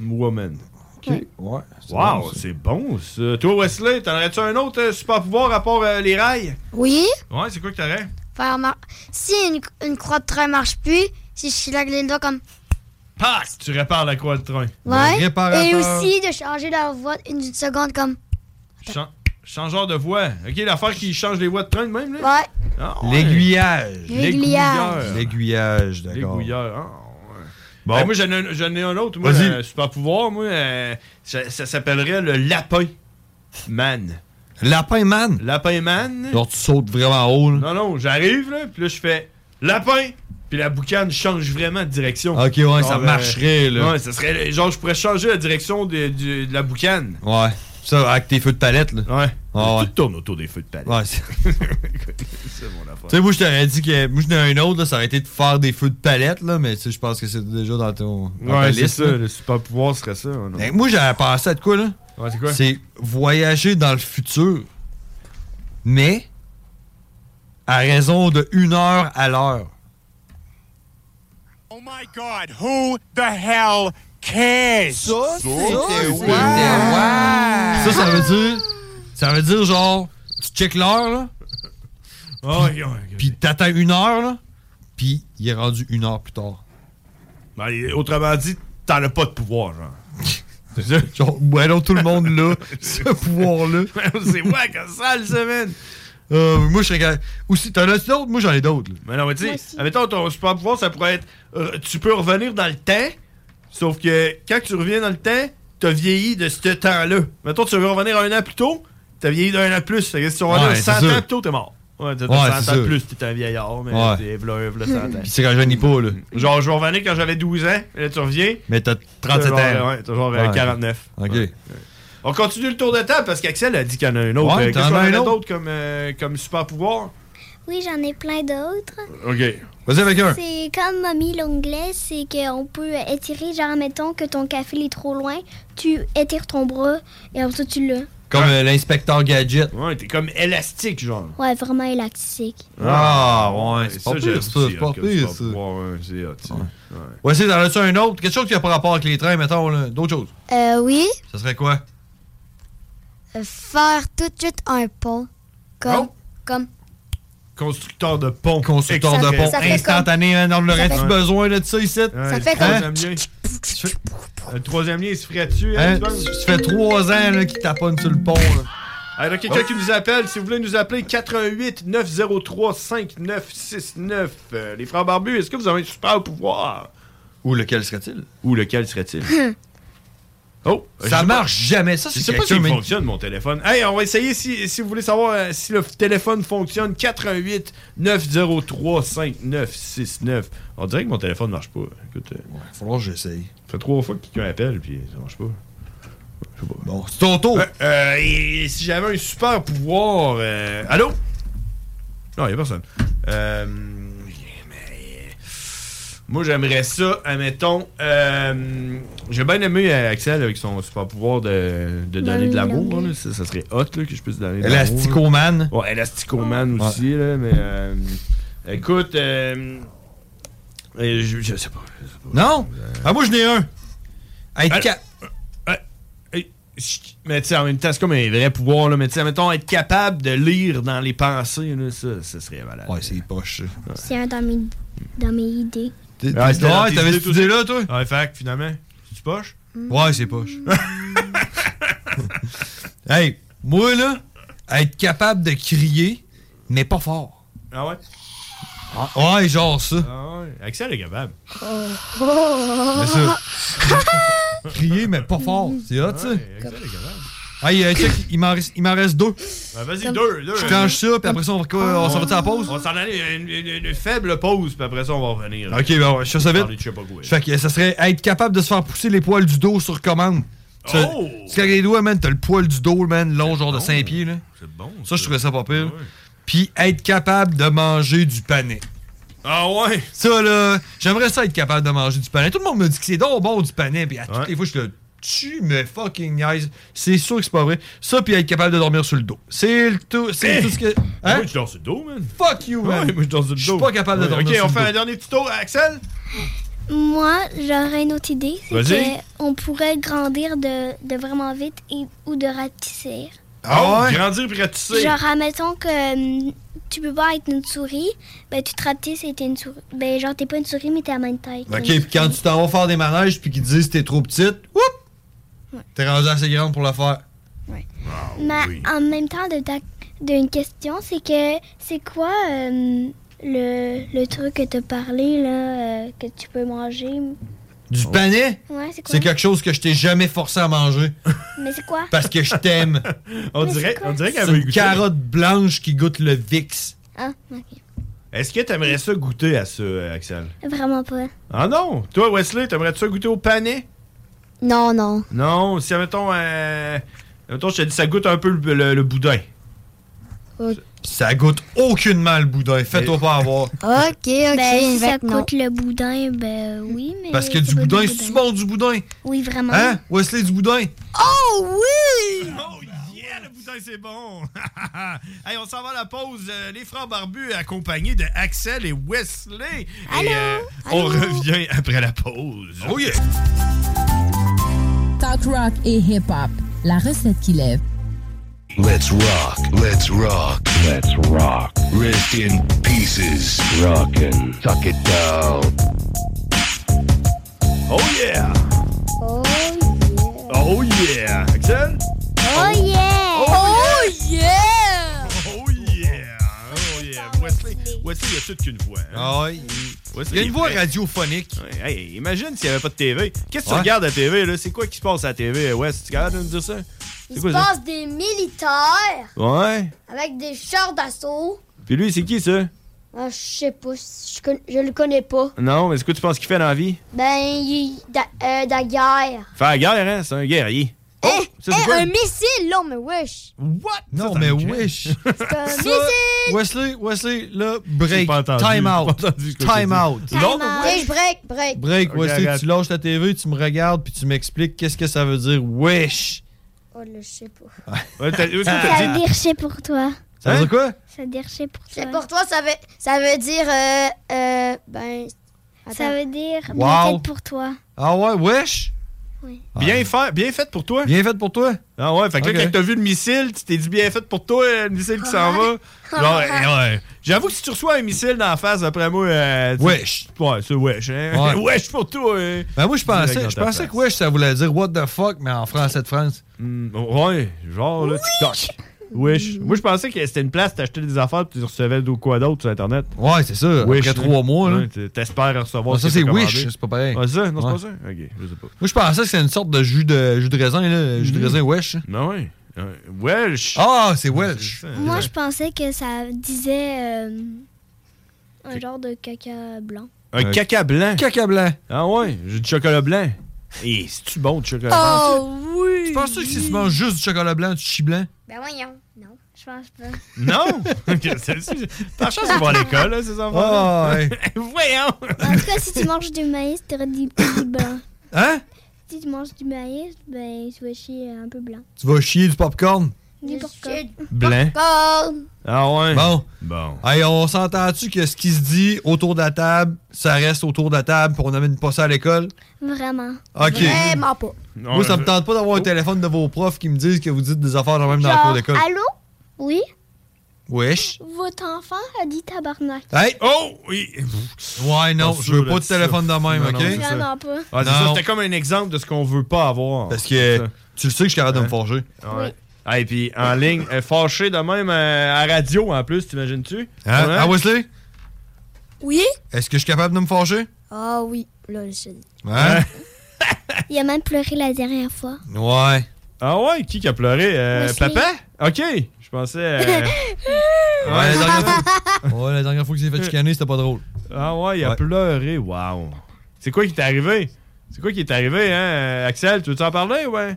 S5: woman.
S8: Ouais.
S6: Ouais.
S5: Wow, c'est bon ça. Toi, Wesley, t'en aurais-tu un autre euh, super pouvoir à part euh, les rails?
S7: Oui?
S5: Ouais, c'est quoi que t'aurais?
S7: Faire mar- Si une, une croix de train marche plus, si je claque les doigts comme.
S5: Pac! Tu répares la croix de train.
S7: Ouais. Et aussi de changer la voix une, une seconde comme.
S5: Chan- changeur de voie. OK, l'affaire qui change les voies de train de même, là?
S7: Ouais.
S5: Ah,
S6: L'aiguillage.
S5: L'aiguillage.
S6: L'aiguillage, d'accord.
S5: L'aiguilleur. hein?
S6: Bon.
S5: Ben, moi, j'en ai, j'en ai un autre. Moi,
S6: Vas-y.
S5: un super pouvoir, moi. euh, ça ça s'appellerait le lapin man.
S6: Lapin man.
S5: Lapin man.
S6: Alors, tu sautes vraiment haut, là.
S5: Non, non, j'arrive, là, puis là, je fais lapin, puis la boucane change vraiment de direction. euh,
S6: Ok, ouais, ça marcherait, là.
S5: Ouais, ça serait, genre, je pourrais changer la direction de, du- de la boucane.
S6: Ouais. Ça, avec tes feux de palette, là.
S5: Ouais.
S6: Ah, ouais.
S5: Tout tourne autour des feux de palette.
S6: Ouais, c'est-
S5: C'est mon affaire.
S6: Tu sais, moi, je t'aurais dit que. Moi, j'en ai un autre, là, ça aurait été de faire des feux de palette, là, mais tu sais, je pense que c'est déjà dans ton. dans ta
S5: Ouais, c'est
S6: liste,
S5: ça,
S6: là.
S5: le super pouvoir serait ça. ouais, non.
S6: Ben, moi, j'avais pensé à de quoi, là?
S5: Ouais, c'est quoi?
S6: voyager dans le futur, mais à raison de une heure à l'heure.
S12: Oh my god, who the hell cares? Ça,
S6: Ça, ça veut dire. Ça veut dire, genre, tu check l'heure, là.
S5: Puis-
S6: Puis t'attends une heure, là. Puis il est rendu une heure plus tard.
S5: Ben, autrement dit, t'en as pas de pouvoir, genre. C'est ça?
S6: Genre, ouais, donc tout le monde, là, ce pouvoir-là.
S5: c'est wack, ça, le semaine.
S6: Euh, moi, je serais. capable- Ou si t'en as d'autres, moi, j'en ai d'autres, là.
S5: Mais non, mais tu sais, admettons, ton super pouvoir, ça pourrait être. euh, tu peux revenir dans le temps, sauf que quand tu reviens dans le temps, t'as vieilli de ce temps-là. Mettons, tu veux revenir un an plus tôt, t'as vieilli d'un an de plus. Fait que si tu reviens
S6: Ouais,
S5: 100
S6: c'est
S5: ans
S6: sûr.
S5: plus tôt, t'es mort. Ouais, t'as
S6: Ouais,
S5: 100
S6: c'est
S5: ans de
S6: sûr.
S5: plus, t'es un vieillard, mais
S6: Ouais.
S5: t'es vleu, vleu, 100 ans.
S6: Puis tu rajeuni pas, là.
S5: Genre, je vais revenir quand j'avais 12 ans, et là, tu reviens.
S6: Mais t'as 37 ans.
S5: T'as genre, ouais, t'as genre, euh, 49.
S6: OK.
S5: On continue le tour de table parce qu'Axel a dit qu'il y en a un autre.
S6: Ouais,
S5: Euh,
S6: t'en
S5: Qu'est-ce qu'on
S6: as
S5: en
S6: un
S5: a
S6: autre?
S5: d'autre comme, euh, comme super pouvoir?
S8: Oui, j'en ai plein d'autres.
S5: OK.
S6: Vas-y avec un.
S8: C'est comme Mommy l'onglet, c'est qu'on peut étirer, genre, mettons que ton café il est trop loin, tu étires ton bras et ensuite tu l'as.
S6: Comme euh, l'inspecteur Gadget.
S5: Ouais, t'es comme élastique, genre.
S8: Ouais, vraiment élastique.
S6: Ah, ouais, c'est
S5: Ça,
S6: pas
S5: j'aime
S6: pire, ça. C'est
S5: aussi,
S6: pas
S5: hein, comme
S6: pire,
S5: super
S6: ça.
S5: pouvoir, ouais, c'est hot, ça. Ouais.
S6: Ouais, c'est dans le un autre. Quelque chose qui a pas rapport avec les trains, mettons, là. D'autres choses.
S7: Euh, oui. Euh,
S6: Ça serait quoi?
S7: Faire tout de suite un pont. Comme. Comme.
S5: Constructeur de pont.
S6: Constructeur de pont instantané. hein, On aurait-tu besoin de ça ici?
S5: Ça fait
S6: Hein?
S5: comme. Le troisième lien, il se ferait dessus.
S6: Hein? Ça fait trois ans là, qu'il taponne sur le pont.
S5: Alors, quelqu'un qui nous appelle, si vous voulez nous appeler, 88 903 5969. Euh, les frères barbus, est-ce que vous avez un super pouvoir?
S6: Ou lequel serait-il?
S5: Ou lequel serait-il? Oh,
S6: Ça marche jamais, ça,
S5: Je
S6: c'est
S5: sais pas
S6: quelqu'un,
S5: s'il
S6: mais-
S5: fonctionne, mon téléphone. Hey, on va essayer si, si vous voulez savoir euh, si le f- téléphone fonctionne. 88 903 5969. On dirait que mon téléphone marche pas. Écoute, il
S6: va falloir que j'essaye.
S5: Ça fait trois fois que quelqu'un appelle, puis ça marche pas. Je sais pas. Euh,
S6: Bon, c'est ton tour.
S5: et si j'avais un super pouvoir. euh, Allô? Non, il a personne. Euh, mais- Moi, j'aimerais ça, admettons. euh, J'ai bien aimé euh, Axel avec son super pouvoir de, de donner de l'amour. là. Ça, ça serait hot là, que je puisse donner de l'amour. là.
S6: Elasticoman.
S5: Ouais, Elasticoman aussi. Là, mais euh, écoute, euh, euh, je, je sais pas. je sais pas.
S6: Non? Ah, moi, je n'ai un. Être
S5: Alors, euh, euh, chut, mais tu sais, en même temps, c'est comme un vrai pouvoir, là. Mais tu sais, mettons, être capable de lire dans les pensées, là, ça, ça serait malade. Ouais,
S6: c'est poche.
S8: C'est un dans mes, dans mes idées.
S6: Ouais, t'avais cette idée-là, toi?
S5: Ouais, fait que, finalement, c'est poche?
S6: Ouais, c'est poche. hey, moi, là, être capable de crier, mais pas fort.
S5: Ah ouais?
S6: Ah, ouais, genre ça.
S5: Ah ouais. Axel est capable.
S6: Mais ça. crier, mais pas fort. C'est hot, ça. Hey, euh, check, il m'en reste, il m'en reste deux.
S5: Ben, vas-y, deux, deux.
S6: Je change ça, puis après ça, on, va quoi, on s'en va-tu à la pause?
S5: On s'en allait à une, une- une faible pause, puis après ça, on va revenir.
S6: Ok, ben ouais, je fais ça vite.
S5: Parler de je sais pas quoi.
S6: Fait que ça serait être capable de se faire pousser les poils du dos sur commande. Tu
S5: Oh!
S6: tu regardes les doigts, man, t'as le poil du dos, man, long genre de 5 pieds, là.
S5: C'est bon.
S6: Ça, je trouvais ça pas pire. Puis être capable de manger du panais.
S5: Ah ouais?
S6: Ça, là, j'aimerais ça être capable de manger du panais. Tout le monde me dit que c'est donc bon du panais, puis à toutes les fois, je suis là, tu me fucking niaises. C'est sûr que c'est pas vrai. Ça, puis être capable de dormir sur le dos. C'est le tout, c'est
S5: Hey!
S6: tout ce que. Hein?
S5: Eh! Moi, je dors sur le dos, man.
S6: Fuck you, man.
S5: Ouais, moi, je dors sur le dos.
S6: Je suis pas capable de
S5: Ouais,
S6: dormir
S5: Ok,
S6: sur
S5: on
S6: le
S5: fait
S6: dos.
S5: un dernier petit tour, Axel?
S8: Moi, j'aurais une autre idée.
S5: Vas-y.
S8: C'est qu'on pourrait grandir de, de vraiment vite et, ou de rapetisser.
S5: Ah ouais? Grandir puis ratisser.
S8: Genre, admettons que hum, tu peux pas être une souris, ben tu te rapetisses et t'es une souris. Ben genre, t'es pas une souris, mais t'es à main de taille.
S6: Ok, puis quand tu t'en vas faire des manèges, puis qu'ils te disent que t'es trop petite, whoop! T'es rendu assez grande pour le faire.
S8: Mais en même temps, de ta- d'une question, c'est que c'est quoi hum, le, le truc que t'as parlé, là, euh, que tu peux manger?
S6: Du panais?
S5: Eh.
S8: Ouais, c'est quoi?
S6: C'est quelque chose que je t'ai jamais forcé à manger.
S8: Mais c'est quoi?
S6: Parce que je t'aime.
S5: On Mais dirait- c'est quoi? on dirait qu'elle
S6: C'est
S5: veut
S6: une
S5: goûter.
S6: carotte blanche qui goûte le VIX.
S8: Ah, ok.
S5: Est-ce que t'aimerais ça goûter à ça, euh, Axel?
S8: Vraiment pas.
S5: Ah non! Toi, Wesley, t'aimerais-tu ça goûter au panais?
S13: Non, non.
S5: Non, si, admettons, euh, admettons, je te dis, ça goûte un peu le, le- le boudin.
S13: Ok,
S6: Ça goûte aucunement le boudin. Fais-toi pas avoir.
S13: ok,
S8: Ben, si ça
S13: fait que non.
S8: coûte le boudin, ben oui, mais.
S6: Parce que
S8: c'est
S6: du
S8: pas
S6: boudin, c'est bon du boudin.
S8: Oui, vraiment.
S6: Hein? Wesley, du boudin?
S13: Oh oui!
S5: Oh yeah, le boudin c'est bon! hey, on s'en va à la pause. Euh, les frères barbus accompagnés de Axel et Wesley.
S13: Allô?
S5: et euh, on revient après la pause. Oh yeah!
S14: Talk rock et hip-hop. La recette qui lève.
S15: Let's rock. Let's rock. Let's rock. Rest in pieces. Rockin'. Tuck it down.
S5: Oh yeah! Oh yeah! Axel?
S8: Oh yeah!
S13: Oh yeah!
S5: Oh yeah!
S13: Ah,
S5: Oh yeah! Wesley, Wesley il a tout qu'une voix.
S6: Ah ouais.
S5: Il y a une voix
S6: radiophonique.
S5: hey, imagine s'il n'y avait pas de TV. Qu'est-ce que
S6: Ouais.
S5: tu regardes à TV? là? C'est quoi qui se passe à la TV, Wes? Tu es capable de nous dire ça?
S13: Il se
S5: quoi ça?
S13: passe des militaires
S5: Ouais.
S13: avec des chars d'assaut.
S5: Puis lui, c'est qui ça?
S13: Ah, je sais pas, je, con- je le connais pas.
S5: Non, mais c'est quoi tu penses qu'il fait dans la vie?
S13: Ben, il da, euh, da guerre.
S5: Faire la guerre, hein? C'est un guerrier. Oh,
S13: Eh,
S5: ça, c'est
S13: eh,
S5: quoi?
S13: un missile, là, mais wesh.
S5: What?
S6: Non, mais wesh.
S13: C'est un
S6: Ça,
S13: missile.
S6: Wesley, Wesley, là,
S5: J'ai
S6: break.
S5: pas entendu, j'ai
S6: Time
S5: pas
S6: out.
S5: entendu ce que
S6: Time
S5: t'as dit.
S6: out.
S5: Non, mais
S13: Ok, je break, break.
S6: Break,
S5: Ok,
S6: Wesley,
S5: arrête.
S6: tu lâches ta TV, tu me regardes, puis tu m'expliques qu'est-ce que ça veut dire wesh.
S13: Oh, là, je sais pas.
S6: Euh,
S5: Ouais, t'as- est-ce que t'as
S8: Ça
S5: dit- Hein?
S8: déchait pour toi.
S6: Ça veut dire quoi?
S8: Ça déchait pour toi.
S13: C'est pour toi, ça veut, ça veut dire, euh, euh, ben...
S8: Ça veut dire
S6: Wow.
S8: ma tête pour toi.
S6: Ah ouais, wesh?
S8: Oui.
S5: Bien, fait, bien fait pour toi.
S6: Bien fait pour toi.
S5: Ah ouais, fait que
S6: Ok.
S5: là, quand t'as vu le missile, tu t'es dit bien fait pour toi, euh, le missile qui s'en va.
S13: Ah.
S5: Genre, eh, ouais. J'avoue que si tu reçois un missile dans la face, après moi, euh, tu-
S6: Wesh.
S5: Ouais, c'est wesh. Hein?
S6: Ouais.
S5: wesh pour toi. hein.
S6: Ben moi, je
S5: Direct
S6: pensais,
S5: dans
S6: je
S5: ta
S6: pensais
S5: face.
S6: que wesh, ça voulait dire what the fuck, mais en français de France.
S5: Hmm, ouais, genre là, TikTok. Wesh. Moi, je pensais que c'était une place, t'achetais des affaires, puis tu recevais d'où quoi d'autre sur Internet.
S6: Ouais, c'est ça. Après
S5: Wesh, hein.
S6: trois mois, là.
S5: Ouais, t- T'espères recevoir
S6: Non, ça,
S5: ce que
S6: c'est
S5: t'as
S6: wish,
S5: commandé.
S6: c'est pas pareil.
S5: Ouais, c'est ça? Non,
S6: Ouais.
S5: c'est pas ça? Ok, je sais pas.
S6: Moi, je pensais que c'était une sorte de jus de, jus de raisin, là. Jus de
S5: Mhm.
S6: raisin wesh.
S5: Non, ouais. Euh, Welsh.
S6: Ah, c'est Welsh.
S8: Moi, je pensais que ça disait euh, un genre de caca blanc.
S5: Un caca blanc.
S6: Euh, Caca blanc.
S5: Ah ouais, j'ai du chocolat blanc. Et c'est-tu bon du
S6: Euh,
S5: chocolat blanc?
S8: Oh oui!
S6: Tu penses que si tu manges juste du chocolat blanc, du chi blanc?
S8: Ben voyons. Non, je pense pas.
S5: Non! C'est- c'est- Par chance, ils vont à l'école, là, ces enfants.
S6: Ah, ouais.
S5: Voyons!
S8: En tout cas, si tu manges du maïs, t'aurais du du blanc.
S6: Hein?
S8: Si tu manges du maïs, ben tu vas chier un peu blanc.
S6: Tu vas chier du popcorn?
S8: Du popcorn.
S5: Blanc.
S8: Popcorn.
S5: Ah ouais?
S6: Bon.
S5: Bon.
S6: Hey, on s'entend-tu que ce qui se dit autour de la table, ça reste autour de la table, puis on n'amène pas ça à l'école?
S8: Vraiment.
S6: Ok.
S8: Vraiment pas.
S6: Moi, ça me tente pas
S5: Oh.
S6: d'avoir un téléphone de vos profs qui me disent que vous dites des affaires de même dans la cour d'école.
S8: Allô? Oui?
S6: Wesh.
S8: Votre enfant a dit tabarnak.
S6: Hey!
S5: Oh! Oui.
S6: Ouais, non,
S5: Pas
S6: je veux
S5: sûr
S6: pas de
S5: de ça.
S6: téléphone de même,
S5: Non,
S6: ok?
S5: non, c'est ça.
S8: Vraiment pas.
S5: Ah, c'est
S6: Non.
S5: ça, c'était comme un exemple de ce qu'on veut pas avoir.
S6: Parce que tu le sais que je suis capable de me forger.
S5: Ouais. Ah, et puis en ligne, euh, fâché de même euh, à radio en plus, t'imagines-tu?
S6: Hein?
S5: Ouais.
S6: Hein, Wesley?
S8: Oui?
S6: Est-ce que je suis capable de me forger?
S8: Ah oui, là, je
S6: Hein?
S8: Il a même pleuré la dernière fois.
S6: Ouais.
S5: Ah ouais, qui qui a pleuré? Euh,
S8: Wesley.
S5: papa? Ok, je pensais. euh,
S6: Ouais, la dernière fois, ouais, la dernière fois que j'ai fait chicaner, c'était pas drôle.
S5: Ah ouais, il a pleuré, wow. C'est quoi qui t'est arrivé? C'est quoi qui est arrivé, hein? euh, Axel, tu veux t'en parler, ouais?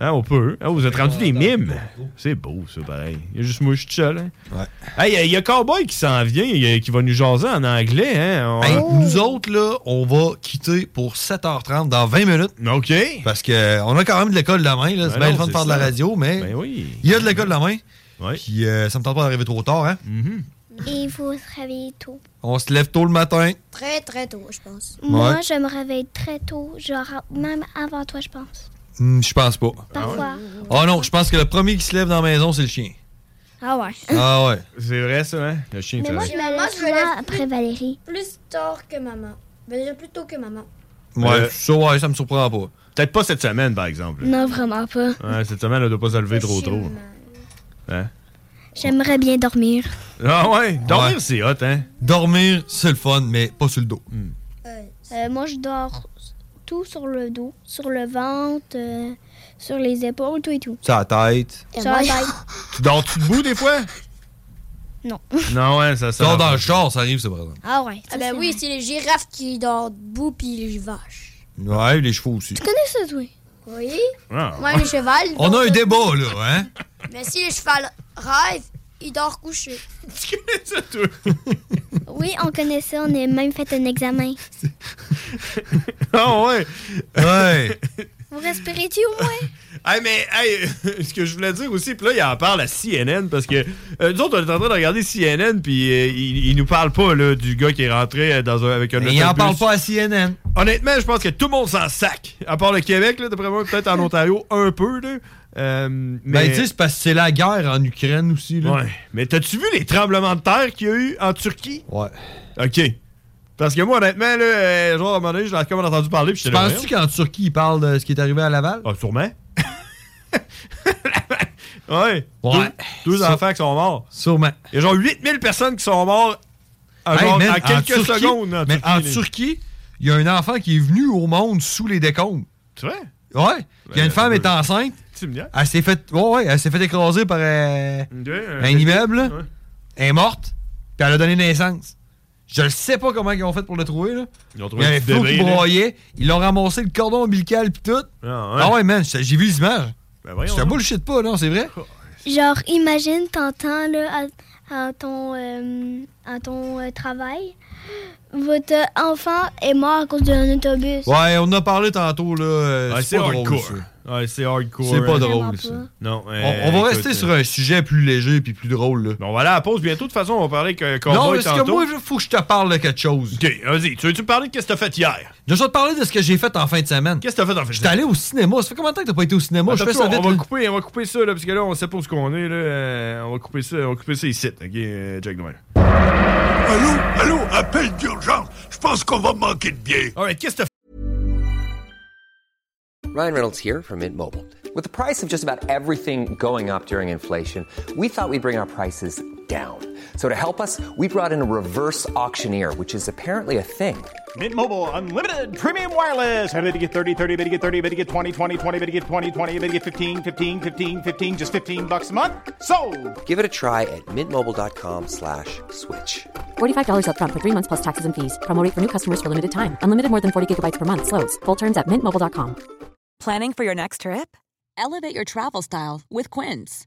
S5: Hein, on peut. Ah, vous êtes rendu des mimes. C'est beau, ça, pareil. Il y a juste moi, je suis tout seul. Hein? Ouais. Hey, il y a- il y, a Cowboy qui s'en vient, il y a- qui va nous jaser en anglais, hein? On-
S6: Hey, Nous autres, là, on va quitter pour 7h30 dans 20 minutes.
S5: OK.
S6: Parce que on a quand même de l'école de la main. là. C'est
S5: Ben
S6: bien le
S5: non,
S6: fun de
S5: c'est
S6: faire de la
S5: ça.
S6: radio, mais
S5: Ben oui.
S6: il y a de l'école de la main.
S5: Ouais. Mm-hmm.
S6: Puis euh, ça me tente pas d'arriver trop tard. Hein?
S8: Et il faut se réveiller tôt.
S6: On se lève tôt le matin.
S8: Très, très tôt, je pense. Moi, je me réveille très tôt, genre même avant toi, je pense.
S6: Hmm, je pense pas.
S5: Ah
S8: Parfois.
S6: Oh non, je pense que le premier qui se lève dans la maison, c'est le chien.
S8: Ah ouais.
S6: Ah ouais.
S5: C'est vrai, ça, hein? Le chien,
S8: Mais
S5: t'as
S8: moi, je
S5: raison.
S8: me
S13: Moi,
S8: lève
S13: je me lève
S8: souvent après Valérie.
S13: Plus tard que maman. Ben, déjà plus tôt que maman.
S6: Ouais, ça, ouais, ça me surprend pas.
S5: Euh, Peut-être pas cette semaine, par exemple.
S8: Non, vraiment pas.
S5: Ouais, cette semaine, elle doit pas se lever trop trop. Hein?
S8: J'aimerais bien dormir.
S5: Ah ouais, dormir, c'est hot, hein? Hmm.
S6: Dormir, c'est le fun, mais pas sur le dos.
S8: Euh, moi, je dors tout sur le dos, sur le ventre, euh, sur les épaules, tout et tout.
S6: Ça la tête.
S8: Sur la
S13: moi-
S8: tête.
S5: Tu dors-tu debout des fois?
S8: Non.
S5: Non, ouais, ça sent.
S6: Dors dans le char, ça arrive, c'est par exemple.
S8: Ah ouais.
S13: Ah ben oui, c'est les girafes qui dorment debout puis les vaches.
S6: Ouais, les chevaux aussi.
S8: Tu connais ça, toi?
S13: Oui?
S6: Ah.
S13: Moi, les chevals.
S6: On a un débat, là, hein?
S13: Mais si les chevals rêvent, ils dorment couchés.
S8: Oui, on connaît ça, on a même fait un examen.
S5: Ah ouais!
S6: Ouais!
S8: Vous respirez-tu au moins?
S5: Hey, mais hey, ce que je voulais dire aussi, puis là, il en parle à CNN parce que euh, nous autres, on est en train de regarder CNN, puis euh, il, il nous parle pas là, du gars qui est rentré euh, dans un, avec un
S6: Mais il en
S5: autobus.
S6: parle pas à CNN.
S5: Honnêtement, je pense que tout le monde s'en sac. À part le Québec, là, d'après moi, peut-être en Ontario, un peu. Là. Euh, mais...
S6: Ben, tu sais, c'est parce que c'est la guerre en Ukraine aussi, là.
S5: Ouais. Mais t'as-tu vu les tremblements de terre qu'il y a eu en Turquie?
S6: Ouais.
S5: OK. Parce que moi, honnêtement, là, euh, genre, à un moment donné, je l'ai comme entendu parler, puis
S6: Tu
S5: j'étais là,
S6: penses-tu qu'en Turquie, ils parlent de ce qui est arrivé à Laval?
S5: Ah, sûrement. Ouais.
S6: Ouais.
S5: Deux, deux
S6: Ça-
S5: enfants qui sont morts.
S6: Sûrement.
S5: Il y a genre 8000 personnes qui sont mortes en,
S6: Hey,
S5: Ah, genre-
S6: man,
S5: en
S6: en
S5: quelques
S6: Turquie-
S5: secondes. en
S6: mais en
S5: là.
S6: Turquie, il y a un enfant qui est venu au monde sous les décombres.
S5: C'est vrai?
S6: Ouais. Il
S5: Ben,
S6: y a une
S5: euh,
S6: femme est enceinte.
S5: Tu me dis?
S6: Elle s'est fait, ouais, ouais, elle s'est fait écraser par euh,
S5: euh,
S6: un immeuble. là. Elle est morte. Puis elle a donné naissance. Je ne sais pas comment ils ont fait pour le trouver. Là.
S5: Ils ont
S6: Il y
S5: trouvé
S6: avait
S5: un petit
S6: Flo qui
S5: bébé, là.
S6: broyait. Ils l'ont ramassé le cordon ombilical puis tout.
S5: Ah, ouais.
S6: Ah ouais, man, j'ai j'ai vu les images.
S5: Ben voyons
S6: C'est un
S5: donc. Ah.
S6: bullshit pas, non, c'est vrai?
S8: Genre, imagine, t'entends là, à, à ton, euh, à ton euh, travail, votre enfant est mort à cause d'un autobus.
S6: Ouais, on en a parlé tantôt, là. euh,
S5: Ah, c'est
S6: pas drôle,
S5: hardcore.
S6: ça.
S5: Ouais, c'est hardcore.
S6: C'est pas
S5: hein.
S6: drôle, ça.
S5: Non, euh,
S6: On- on va rester sur
S5: un sujet plus léger puis plus drôle. Là. Ben, on va aller à la pause bientôt. De toute façon, on va parler avec euh, Cowboy
S6: Non, parce que
S5: tantôt.
S6: moi, il faut que je te parle de quelque chose.
S5: Ok, vas-y. Tu veux-tu me parler de qu'est-ce que t'as fait hier?
S6: Je vais te parler de ce que j'ai fait en fin de semaine. Qu'est-ce
S5: que t'as fait en fin de
S6: semaine? J'étais allé au cinéma. Ça fait combien de temps que t'as pas été au cinéma? je
S5: Attends,
S6: fais ça
S5: Ben, on,
S6: vite.
S5: va
S6: là.
S5: couper, on va couper ça, là, parce que là, on sait pas où ce qu'on est. Là. Euh, on va couper ça, on va couper ça ici. OK, euh, Jack Noël.
S16: Allô, allô, appel d'urgence. Je pense qu'on va manquer de biais.
S5: All right, qu'est-ce que
S17: Ryan Reynolds here from Mint Mobile. With the price of just about everything going up during inflation, we thought we'd bring our prices down. So to help us, we brought in a reverse auctioneer, which is apparently a thing.
S18: Mint Mobile unlimited premium wireless. Ready to get 30, 30, bet you get 30, bet you get 20, 20, 20, bet you get 20, 20, bet you get 15, 15, 15, 15 just 15 bucks a month. So,
S17: Give it a try at mintmobile.com slash switch.
S19: $45 upfront for three months plus taxes and fees. Promo rate for new customers for limited time. Unlimited more than 40 gigabytes per month. Slows. Full terms at mintmobile.com.
S20: Planning for your next trip? Elevate your travel style with Quince.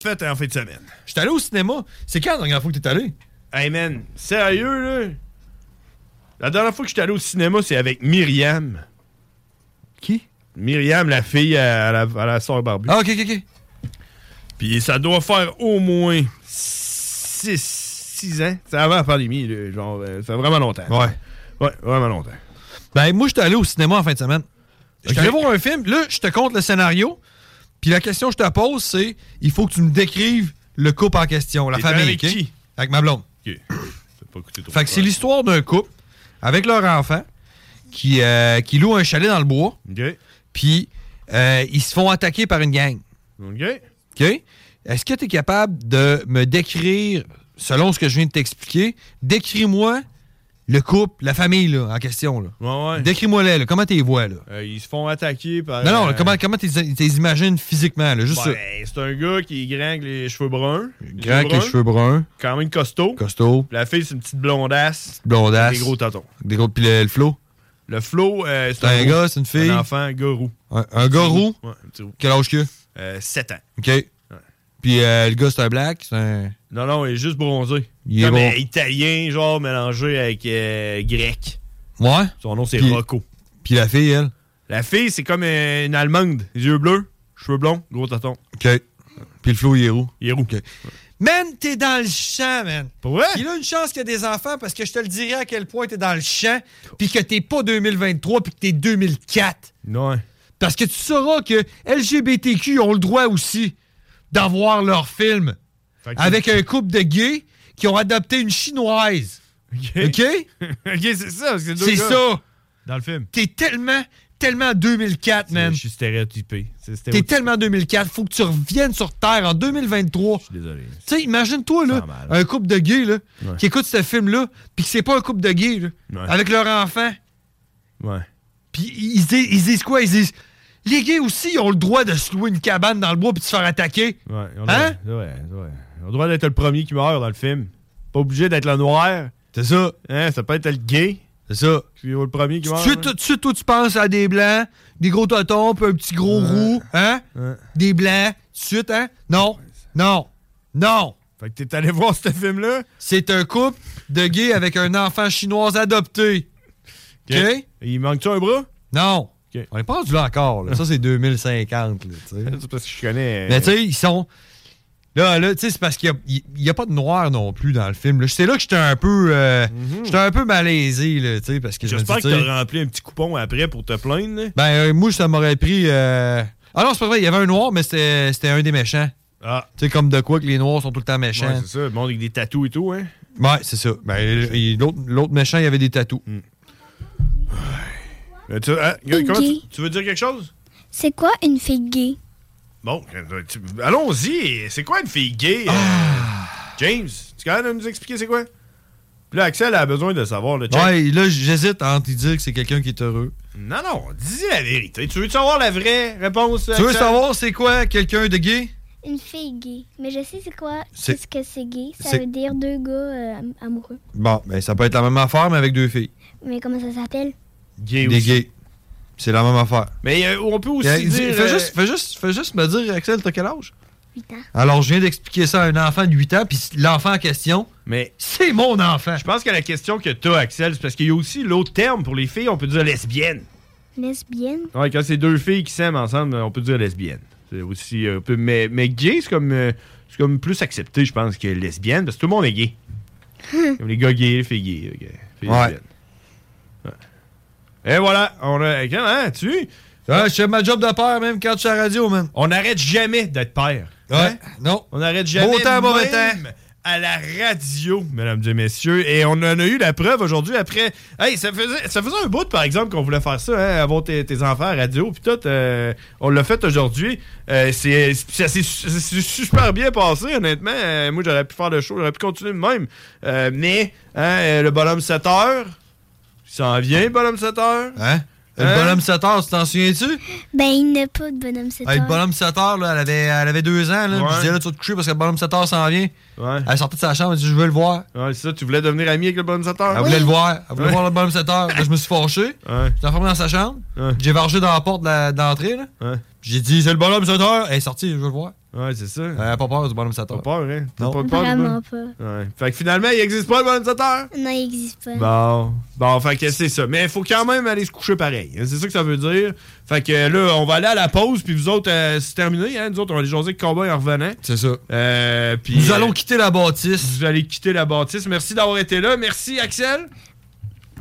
S5: t'as fait en fin de semaine?
S6: J'étais allé au cinéma. C'est quand la dernière fois que t'es allé?
S5: Hey man, sérieux, là? La dernière fois que j'étais allé au cinéma, c'est avec Myriam.
S6: Qui?
S5: Myriam, la fille à, à la, à la soeur Barbu.
S6: Ah, ok, ok, ok.
S5: Puis ça doit faire au moins 6 ans. C'est avant la pandémie, là, genre, euh, ça fait vraiment longtemps.
S6: Ouais.
S5: Ouais, vraiment longtemps.
S6: Ben, moi, j'étais allé au cinéma en fin de semaine. J'étais allé voir un film. Là, je te compte le scénario. Puis la question que je te pose, c'est il faut que tu me décrives le couple en question, la
S5: T'es allé
S6: famille.
S5: avec
S6: ok?
S5: qui?
S6: Avec ma blonde.
S5: Ok. Ça peut pas coûter trop
S6: Fait que c'est
S5: cher.
S6: l'histoire d'un couple avec leur enfant qui, euh, qui loue un chalet dans le bois. Puis euh, ils se font attaquer par une gang.
S5: OK.
S6: OK? Est-ce que tu es capable de me décrire, selon ce que je viens de t'expliquer, décris-moi le couple, la famille là, en question. Là. Décris-moi-les. là. Comment tu les vois? Là?
S5: Euh, ils se font attaquer par.
S6: Non, non,
S5: euh,
S6: là, comment tu comment t'es- t'es imagines physiquement? Là, juste
S5: ben, C'est un gars qui est grand avec les cheveux bruns.
S6: ça. Grand avec les cheveux bruns,
S5: Quand même costaud.
S6: costaud,
S5: La fille, c'est une petite blondasse.
S6: blondasse.
S5: Avec Des gros tatons.
S6: Des gros, puis le, le flow.
S5: Le flow, euh,
S6: C'est un
S5: roux.
S6: gars, c'est une fille.
S5: Un enfant, un gars roux.
S6: Un, un gars roux.
S5: Ouais, un petit roux.
S6: Quel âge qu'il a?
S5: Euh, 7 ans.
S6: OK. Puis euh, le gars, c'est un black. C'est un...
S5: Non, non, il est juste bronzé.
S6: Il est
S5: Comme,
S6: bon.
S5: euh, italien, genre mélangé avec euh, grec.
S6: Ouais.
S5: Son nom, c'est
S6: Puis-
S5: Rocco.
S6: Puis la fille, elle.
S5: La fille, c'est comme euh, une Allemande. Les yeux bleus, cheveux blonds, gros tatons.
S6: OK. Puis le flow, il est roux.
S5: Il est roux.
S6: Man, t'es dans le champ, man. Il a une chance qu'il y a des enfants parce que je te le dirai à quel point t'es dans le champ, puis que t'es pas 2023, puis que t'es 2004.
S5: Ouais.
S6: Parce que tu sauras que LGBTQ ont le droit aussi d'avoir leur film
S5: Fait que-
S6: avec un couple de gays qui ont adopté une chinoise. OK?
S5: ok, c'est ça. parce que deux
S6: C'est
S5: gars.
S6: ça.
S5: Dans le film.
S6: T'es tellement, tellement 2004, man.
S5: Je suis stéréotypé. C'est
S6: T'es
S5: stéréotypé.
S6: tellement 2004, faut que tu reviennes sur Terre en 2023. Je suis
S5: désolé.
S6: Tu sais, imagine-toi, là, un couple de gays, là, qui écoute ce film-là, puis que c'est pas un couple de gays, là,
S5: Ouais.
S6: avec leur enfant.
S5: Ouais.
S6: Puis ils disent, ils disent quoi? Ils disent, les gays aussi, ils ont le droit de se louer une cabane dans le bois puis de se faire attaquer.
S5: Ouais, on a,
S6: Hein?
S5: ouais, ouais. On a le droit d'être le premier qui meurt dans le film. Pas obligé d'être le noir.
S6: C'est ça.
S5: Hein, ça peut être le gay.
S6: C'est ça.
S5: le premier qui
S6: Tout de
S5: meurt. hein.
S6: suite, tout de suite, toi, tu penses à des blancs, des gros totons, puis un petit gros roux, hein? Des blancs, tout de suite, hein? Non, non, non.
S5: Fait que t'es allé voir ce film-là?
S6: C'est un couple de gays avec un enfant chinois adopté. OK?
S5: Il manque-tu un bras?
S6: Non. On est pas rendu là encore. là. Ça, c'est 2050. là, tu sais.
S5: C'est parce que je connais. euh,
S6: Mais tu sais, ils sont. Là, là, tu sais, c'est parce qu'il n'y a, pas de noir non plus dans le film. là. C'est là que j'étais un peu. euh, J'étais un peu malaisé, là, tu sais, parce que je me
S5: Mhm. J'espère
S6: dis,
S5: que
S6: tu sais,
S5: t'as rempli un petit coupon après pour te plaindre. là.
S6: Ben, euh, moi, ça m'aurait pris. euh, Ah non, c'est pas vrai, il y avait un noir, mais c'était c'était un des méchants.
S5: Ah.
S6: Tu sais, comme de quoi que les noirs sont tout le temps méchants.
S5: Ouais, c'est ça. Le monde avec des tatous et tout, hein?
S6: Ouais, c'est ça. Ben, il- l'autre l'autre méchant, il avait des tatous.
S5: Hmm. Mais tu- hein, comment
S8: Gay.
S5: tu- tu veux dire quelque chose?
S8: C'est quoi une fille gay?
S5: Bon, euh, tu- allons-y. C'est quoi une fille gay? euh,
S6: Ah.
S5: James, tu es capable de nous expliquer c'est quoi? Puis là, Axel a besoin de savoir. Le
S6: Ouais, là, j'hésite entre dire que c'est quelqu'un qui est heureux
S5: Non, non, dis la vérité. Tu veux savoir la vraie réponse?
S6: Tu veux savoir c'est quoi quelqu'un de gay?
S8: Une fille gay. Mais je sais c'est quoi.
S6: C'est-
S8: C'est ce que c'est gay. Ça
S6: c'est-
S8: veut dire deux gars euh, am- amoureux.
S6: Bon, ben ça peut être la même affaire, mais avec deux filles.
S8: Mais comment ça s'appelle?
S5: Gay
S6: Des gays. C'est la même affaire.
S5: Mais euh, on peut aussi
S6: Euh, dis-
S5: dire.
S6: fais,
S5: euh,
S6: juste, fais, juste, fais juste me dire, Axel, t'as quel âge?
S8: 8 ans.
S6: Alors, je viens d'expliquer ça à un enfant de 8 ans, puis l'enfant en question,
S5: mais
S6: c'est mon enfant.
S5: Je pense que la question que t'as, Axel, c'est parce qu'il y a aussi l'autre terme pour les filles, on peut dire lesbienne.
S8: Lesbienne?
S5: Ouais, quand c'est deux filles qui s'aiment ensemble, on peut dire lesbienne. C'est aussi euh, un peu- mais, mais gay, c'est comme, euh, c'est comme plus accepté, je pense, que lesbienne, parce que tout le monde est gay. comme les gars gays, les filles gays. ok. Filles
S6: Ouais.
S5: lesbiennes. Ouais. Et voilà, on a. Comment, hein, tu?
S6: Ouais, je fais ma job de père même quand je suis à la radio, man.
S5: On n'arrête jamais d'être père. Hein?
S6: Ouais, non.
S5: On n'arrête jamais.
S6: Beau temps, mauvais
S5: même Hein? À la radio, mesdames et messieurs. Et on en a eu la preuve aujourd'hui après. Hey, ça faisait, ça faisait un bout, par exemple, qu'on voulait faire ça, hein, avoir tes, tes enfants à la radio. Puis tout, euh, on l'a fait aujourd'hui. Euh, c'est- ça s'est su- ça s'est super bien passé, honnêtement. Euh, moi, j'aurais pu faire le show, j'aurais pu continuer de même. Euh, mais, hein, euh, le bonhomme 7 heures, il s'en vient, le bonhomme 7 heures.
S6: Hein? Le bonhomme 7 heures, tu t'en souviens-tu?
S8: Ben, il n'a pas de bonhomme 7
S6: Hey, le bonhomme 7 heures, là, elle, avait, elle avait deux ans. Là,
S5: Ouais.
S6: puis Je disais, là, tu vas te coucher parce que le bonhomme 7 heures s'en vient. Elle sortait de sa chambre, elle dit, je veux le voir.
S5: Ouais, c'est ça, tu voulais devenir ami avec le bonhomme 7 heures?
S6: Elle voulait le voir. Elle voulait
S5: Ouais.
S6: voir le bonhomme 7 heures. Là, je me suis fâché. J'étais enfermé dans sa chambre. J'ai vargé dans la porte de la- d'entrée. là. J'ai dit, c'est le bonhomme 7 heures. Elle est sortie, je veux le voir.
S5: Ouais, c'est ça.
S6: Elle a pas peur du bonhomme 7 heures.
S5: Pas peur, hein? T'as
S6: Non.
S5: pas peur du
S8: Vraiment
S5: bonhomme? Ouais. Fait que finalement, il existe pas le bonhomme 7 heures?
S8: Non, il n'existe pas.
S5: Bon, bon, fait que c'est ça. Mais il faut quand même aller se coucher pareil. hein. C'est ça que ça veut dire. Fait que là, on va aller à la pause, puis vous autres, euh, c'est terminé. Hein? Nous autres, on va aller jaser avec Cowboy en revenant. Euh,
S6: C'est ça.
S5: puis, nous allons quitter la bâtisse. Vous allez quitter la bâtisse. Merci d'avoir été là. Merci, Axel.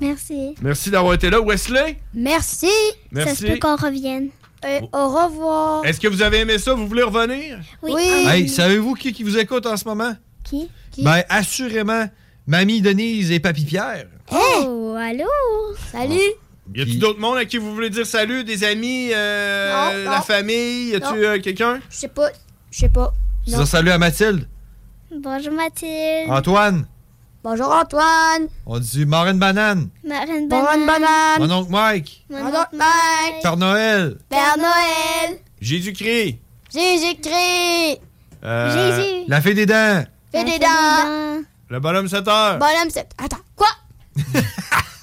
S8: Merci.
S5: Merci d'avoir été là. Wesley,
S8: Merci. Ça
S5: Merci.
S8: se peut qu'on revienne.
S7: au revoir.
S5: est-ce que vous avez aimé ça? Vous voulez revenir?
S8: Oui.
S6: Hey, savez-vous qui, qui vous écoute en ce moment?
S8: Qui? Qui?
S6: Ben, assurément, Mamie Denise et Papy Pierre.
S8: Oh, allô? Salut.
S5: Y a-tu d'autres monde à qui vous voulez dire salut? Des amis? euh,
S7: Non,
S5: La
S7: non.
S5: famille? Y a-tu
S7: Non.
S5: euh, quelqu'un?
S7: Je sais pas. Je sais pas.
S6: Tu dis salut à Mathilde.
S8: Bonjour Mathilde.
S6: Antoine.
S7: Bonjour Antoine.
S6: On dit Marine Banane.
S8: Marine
S7: Bonne
S8: Banane.
S7: banane.
S6: Mon oncle Mike.
S8: Mon
S7: Mon autre mec.
S8: euh.
S6: Père Noël.
S7: Père Noël.
S5: Jésus-Christ.
S7: Jésus-Christ.
S5: Euh,
S7: Jésus.
S6: La fée des dents.
S7: Fais des dents.
S5: Le bonhomme 7 heures.
S7: Bonhomme, c'est. Attends, quoi?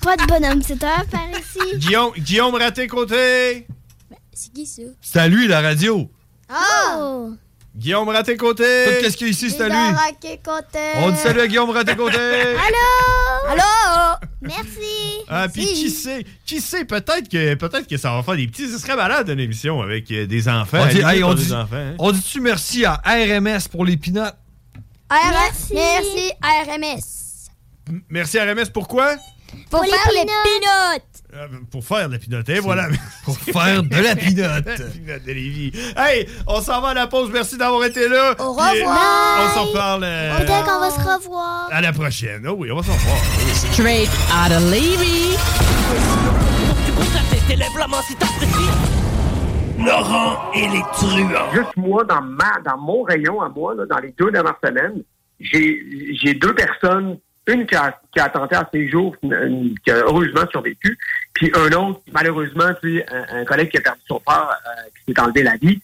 S8: Pas de bonhomme 7 heures par ici.
S5: Guillaume, Guillaume Raté-Côté.
S7: C'est qui ça?
S6: C'est à lui, la radio.
S7: Oh!
S5: Guillaume Raté-Côté.
S6: Tout qu'est-ce qu'il y a ici, c'est à lui. On
S7: On
S6: dit salut à Guillaume Raté-Côté.
S7: Allô? Allô?
S8: Merci.
S5: Ah, puis qui sait, qui sait, peut-être que, peut-être que ça va faire des petits. Ce serait malade une émission avec euh, des enfants.
S6: On dit,
S5: animée
S6: hey,
S5: par
S6: on
S5: des
S6: dit,
S5: enfants, hein.
S6: on dit-tu merci à RMS pour les pinottes?
S7: Merci. Merci, RMS.
S5: M- Merci à RMS. Pourquoi?
S7: Pour, faire les pinottes.
S5: Euh, pour faire de la pinotte, hein, voilà. Pour
S6: faire de la pinotte.
S5: La pinotte de Lévis. Hey, on s'en va à la pause. Merci d'avoir été là. Au
S8: revoir.
S5: On s'en parle
S8: Peut-être qu'on va se revoir.
S5: à la prochaine. Oh oui, on va s'en revoir.
S14: Straight out of Levy.
S21: Laurent et les truands. Juste moi, dans, ma, dans mon rayon à moi, là, dans les deux dernières semaines, j'ai j'ai deux personnes, une qui a, qui a tenté à ses jours, une- une- qui a heureusement survécu, puis un autre, malheureusement, tu sais, un, un collègue qui a perdu son père, euh, qui s'est enlevé la vie.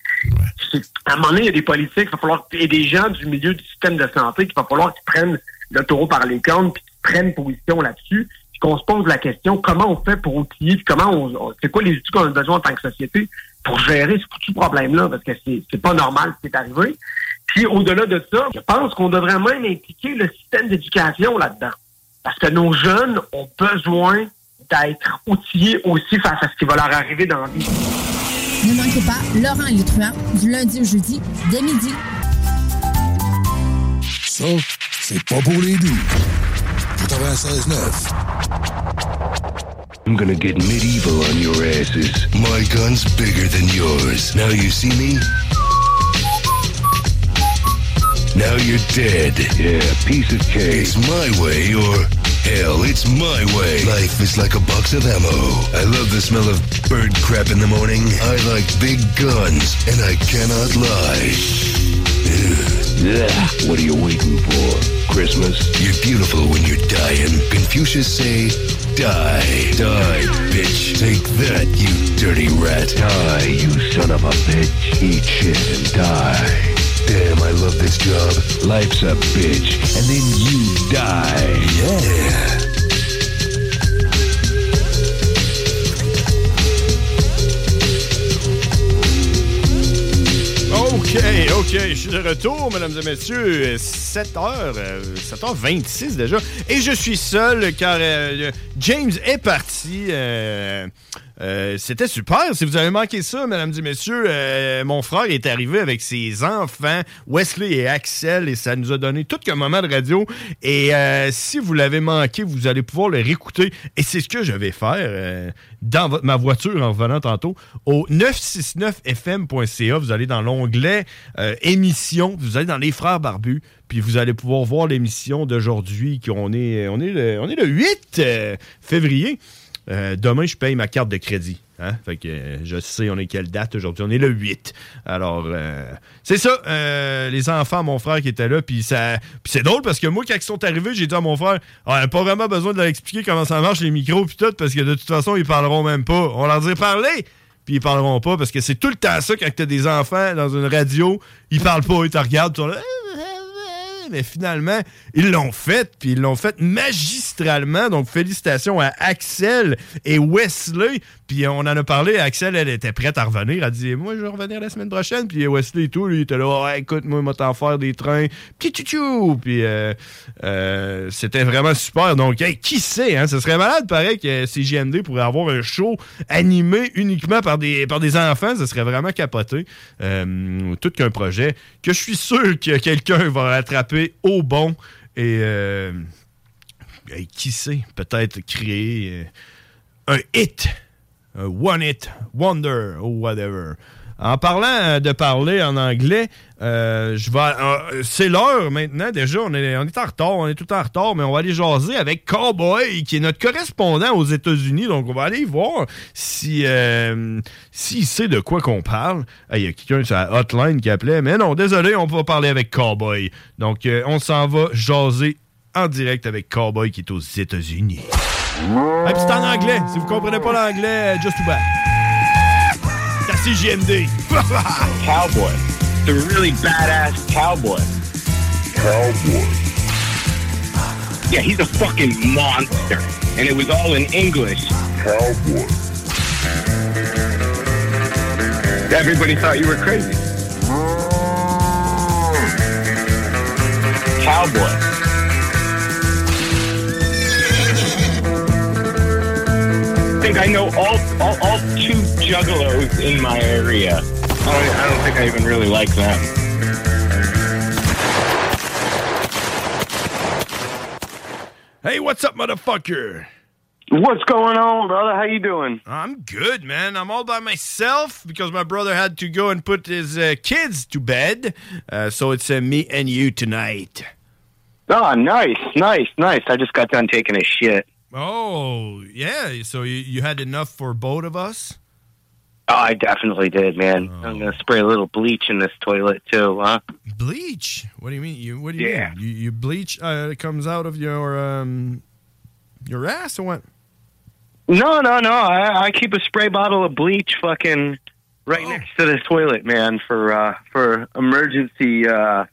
S21: C'est- À un moment donné, il y a des politiques, il va falloir, et des gens du milieu du système de santé, qu'il va falloir qu'ils prennent le taureau par les cornes, puis qu'ils prennent position là-dessus, puis qu'on se pose la question comment on fait pour outiller, puis comment on, on- c'est quoi les outils qu'on a besoin en tant que société pour gérer ce foutu problème-là, parce que c'est c'est pas normal ce qui est arrivé. Puis au-delà de ça, je pense qu'on devrait même impliquer le système d'éducation là-dedans. Parce que nos jeunes ont besoin d'être outillés aussi face à ce qui va leur arriver dans la vie.
S14: Ne manquez pas Laurent et les truands du lundi au jeudi dès midi.
S10: Ça, c'est pas pour les doux. 96.9.
S15: I'm gonna get medieval on your asses. My gun's bigger than yours. Now you see me? Now you're dead. Yeah, piece of cake. It's my way or hell, it's my way. Life is like a box of ammo. I love the smell of bird crap in the morning. I like big guns, and I cannot lie. Yeah, what are you waiting for? Christmas? You're beautiful when you're dying. Confucius say, Die. Die, bitch. Take that, you dirty rat. Die, you son of a bitch. Eat shit and die. Damn, I love this job. Life's a bitch. And then you die. Yeah.
S5: OK, OK, je suis de retour, mesdames et messieurs. euh, 7h, 7h26 déjà. Et je suis seul car euh, James est parti. euh, euh, C'était super. Si vous avez manqué ça, mesdames et messieurs, euh, mon frère est arrivé avec ses enfants, Wesley et Axel, et ça nous a donné tout qu'un moment de radio. Et euh, si vous l'avez manqué, vous allez pouvoir le réécouter. Et c'est ce que je vais faire euh, dans votre- ma voiture en revenant tantôt au 969fm.ca. Vous allez dans l'onglet euh, émission, vous allez dans les frères barbus, puis vous allez pouvoir voir l'émission d'aujourd'hui. qui- On est, on, est le- on est le 8 euh, février. Euh, demain, je paye ma carte de crédit. hein. Fait que euh, je sais on est quelle date aujourd'hui. On est le 8. Alors, euh, c'est ça. euh, les enfants, mon frère qui était là, puis ça. puis c'est drôle parce que moi, quand ils sont arrivés, j'ai dit à mon frère, on n'a pas vraiment besoin de leur expliquer comment ça marche les micros puis tout, parce que de toute façon, ils parleront même pas. On leur dit parlez! Puis ils parleront pas parce que c'est tout le temps ça quand t'as des enfants dans une radio, ils parlent pas, ils te regardent, puis ils sont là, Ah, mais finalement, ils l'ont fait, puis ils l'ont fait magistralement. Donc, félicitations à Axel et Wesley. Puis on en a parlé, Axel, elle était prête à revenir. Elle dit Moi, je vais revenir la semaine prochaine. Puis Wesley et tout, lui, il était là Ouais, écoute, moi, il m'a t'en faire des trains. Puis tchou Puis euh, euh, c'était vraiment super. Donc, hey, qui sait, hein, ce serait malade, pareil, que CGMD pourrait avoir un show animé uniquement par des, par des enfants. Ce serait vraiment capoté. Euh, tout qu'un projet que je suis sûr que quelqu'un va rattraper au bon. Et euh, hey, qui sait, peut-être créer euh, un hit, un Euh, one hit wonder ou whatever. En parlant euh, de parler en anglais, euh, je vais, euh, c'est l'heure maintenant déjà, on est, on est en retard, on est tout en retard, mais on va aller jaser avec Cowboy, qui est notre correspondant aux États-Unis, donc on va aller voir si euh, s'il sait de quoi qu'on parle. Ah, Il y a quelqu'un sur la hotline qui appelait, mais non, désolé, on va parler avec Cowboy. Donc euh, on s'en va jaser en direct avec Cowboy qui est aux États-Unis. Ah, puis c'est en anglais. Si vous comprenez pas l'anglais, just too bad. C'est à CGMD.
S11: Cowboy. The really badass cowboy. Cowboy. Yeah, he's a fucking monster. And it was all in English. Cowboy. Everybody thought you were crazy. Cowboy. I think I know all, all, all two juggalos in my area. I don't, I don't think I even really like them.
S5: Hey, what's up, motherfucker?
S1: What's going on, brother? How you doing?
S5: I'm good, man. I'm all by myself because my brother had to go and put his uh, kids to bed. Uh, so it's uh, me and you tonight.
S1: Oh, nice, nice, nice. I just got done taking a shit.
S5: Oh, yeah. So you, you had enough for both of us?
S1: Oh, I definitely did, man.
S5: Oh.
S1: I'm gonna spray a little bleach in this toilet too, huh?
S5: Bleach? What do you mean? You what do you
S1: Yeah.
S5: mean? You, you bleach uh, it comes out of your um your ass or what?
S1: No, no, no. I, I keep a spray bottle of bleach, fucking
S5: Oh.
S1: right next to the toilet, man, for uh, for emergency, uh,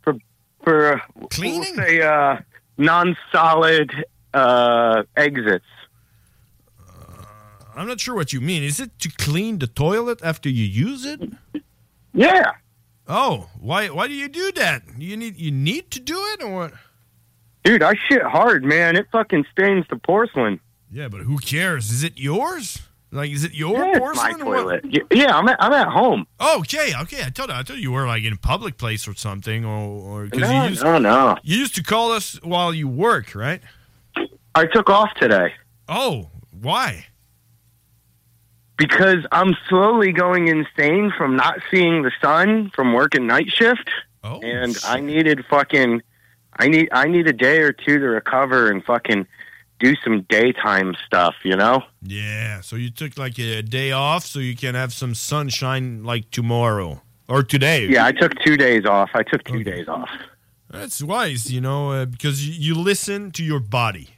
S1: for for cleaning, we'll say uh, non-solid uh, exits.
S5: I'm not sure what you mean. Is it to clean the toilet after you use it?
S1: Yeah.
S5: Oh, why why do you do that? You need you need to do it or what?
S1: Dude, I shit hard, man. It fucking stains the porcelain.
S5: Yeah, but who cares? Is it yours? Like is it your
S1: Yeah, it's my
S5: porcelain or what?
S1: toilet. Y- Yeah, I'm at, I'm at home.
S5: Okay, okay. I thought I thought you were like in a public place or something, or or
S1: No,
S5: you used,
S1: no, no.
S5: You used to call us while you work, right?
S1: I took off today.
S5: Oh, why?
S1: Because I'm slowly going insane from not seeing the sun from working night shift.
S5: Oh,
S1: and I needed fucking I need I need a day or two to recover and fucking do some daytime stuff, you know?
S5: Yeah. So you took like a day off so you can have some sunshine like tomorrow or today.
S1: Yeah, I took 2 days off. I took 2 days off.
S5: That's wise, you know, uh, because you, you listen to your body.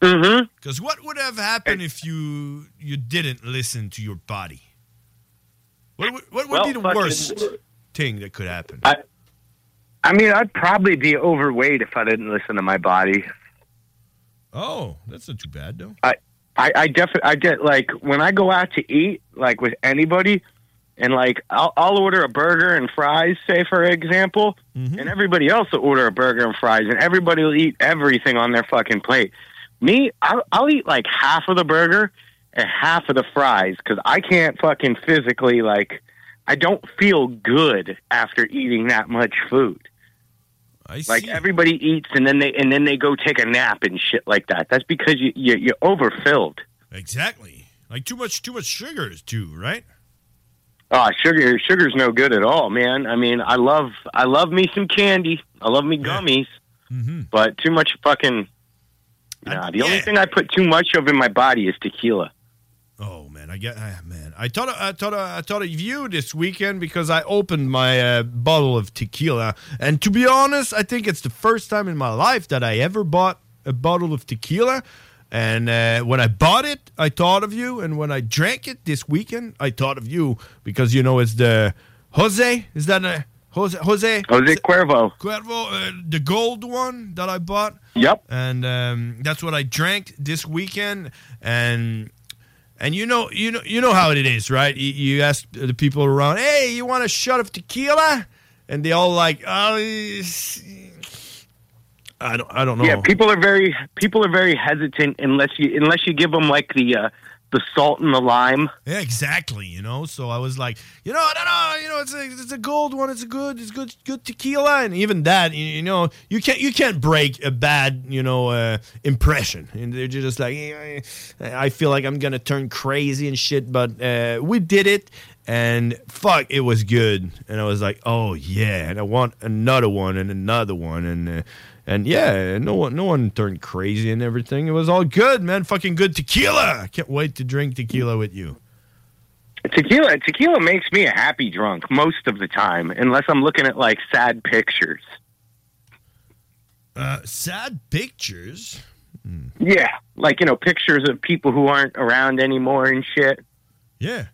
S1: Mm-hmm.
S5: Because what would have happened if you you didn't listen to your body? What would, what would
S1: Well,
S5: be the
S1: fucking-
S5: worst thing that could happen?
S1: I, I mean, I'd probably be overweight if I didn't listen to my body.
S5: Oh, that's not too bad though.
S1: I, I, I definitely, I get like when I go out to eat, like with anybody, and like I'll, I'll order a burger and fries, say for example, and everybody else will order a burger and fries, and everybody will eat everything on their fucking plate. Me, I'll, I'll eat like half of the burger and half of the fries because I can't fucking physically like. I don't feel good after eating that much food.
S5: I
S1: Like everybody eats and then they and then they go take a nap and shit like that. That's because you, you you're overfilled.
S5: Exactly. Like too much too much sugar too, right?
S1: Oh, sugar sugar's no good at all, man. I mean, I love I love me some candy. I love me gummies.
S5: Mm-hmm.
S1: But too much fucking Nah, the only thing I put too much of in my body is tequila.
S5: Oh man, I get ah, man. I thought I thought I thought of you this weekend because I opened my uh, bottle of tequila, and to be honest, I think it's the first time in my life that I ever bought a bottle of tequila. And uh, when I bought it, I thought of you, and when I drank it this weekend, I thought of you because you know it's the Jose. Is that a Jose? Jose.
S1: Jose Cuervo.
S5: Cuervo, uh, the gold one that I bought.
S1: Yep.
S5: And um, that's what I drank this weekend, and and you know you know you know how it is, right? You, you ask the people around, "Hey, you want a shot of tequila?" And they all like, "Oh, it's- I don't, I don't know."
S1: Yeah, people are very people are very hesitant unless you unless you give them like the uh, the salt and the lime.
S5: Yeah, exactly. You know, so I was like, you know, no, no, you know, it's a, it's a gold one. It's a good, it's good, good tequila, and even that, you, you know, you can't, you can't break a bad, you know, uh, impression. And they're just like, eh, eh, I feel like I'm gonna turn crazy and shit, but uh, we did it, and fuck, it was good. And I was like, oh yeah, and I want another one and another one, and. Uh, and yeah, no one, no one turned crazy and everything. It was all good, man. Fucking good tequila. I can't wait to drink tequila with you.
S1: Tequila tequila makes me a happy drunk most of the time, unless I'm looking at like sad pictures.
S5: Uh, sad pictures.
S1: Yeah, like you know pictures of people who aren't around anymore and shit.
S5: Yeah.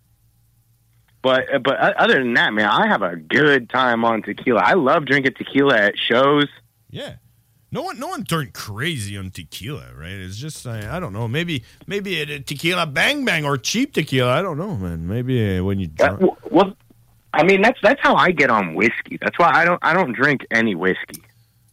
S1: But uh, but o- other than that, man, I have a good time on tequila. I love drinking tequila at shows.
S5: Yeah. No one, no one turned crazy on tequila, right? It's just I, I don't know. Maybe, maybe a, a tequila bang bang or cheap tequila. I don't know, man. Maybe uh, when you drunk.
S1: Well, I mean that's that's how I get on whiskey. That's why I don't I don't drink any whiskey.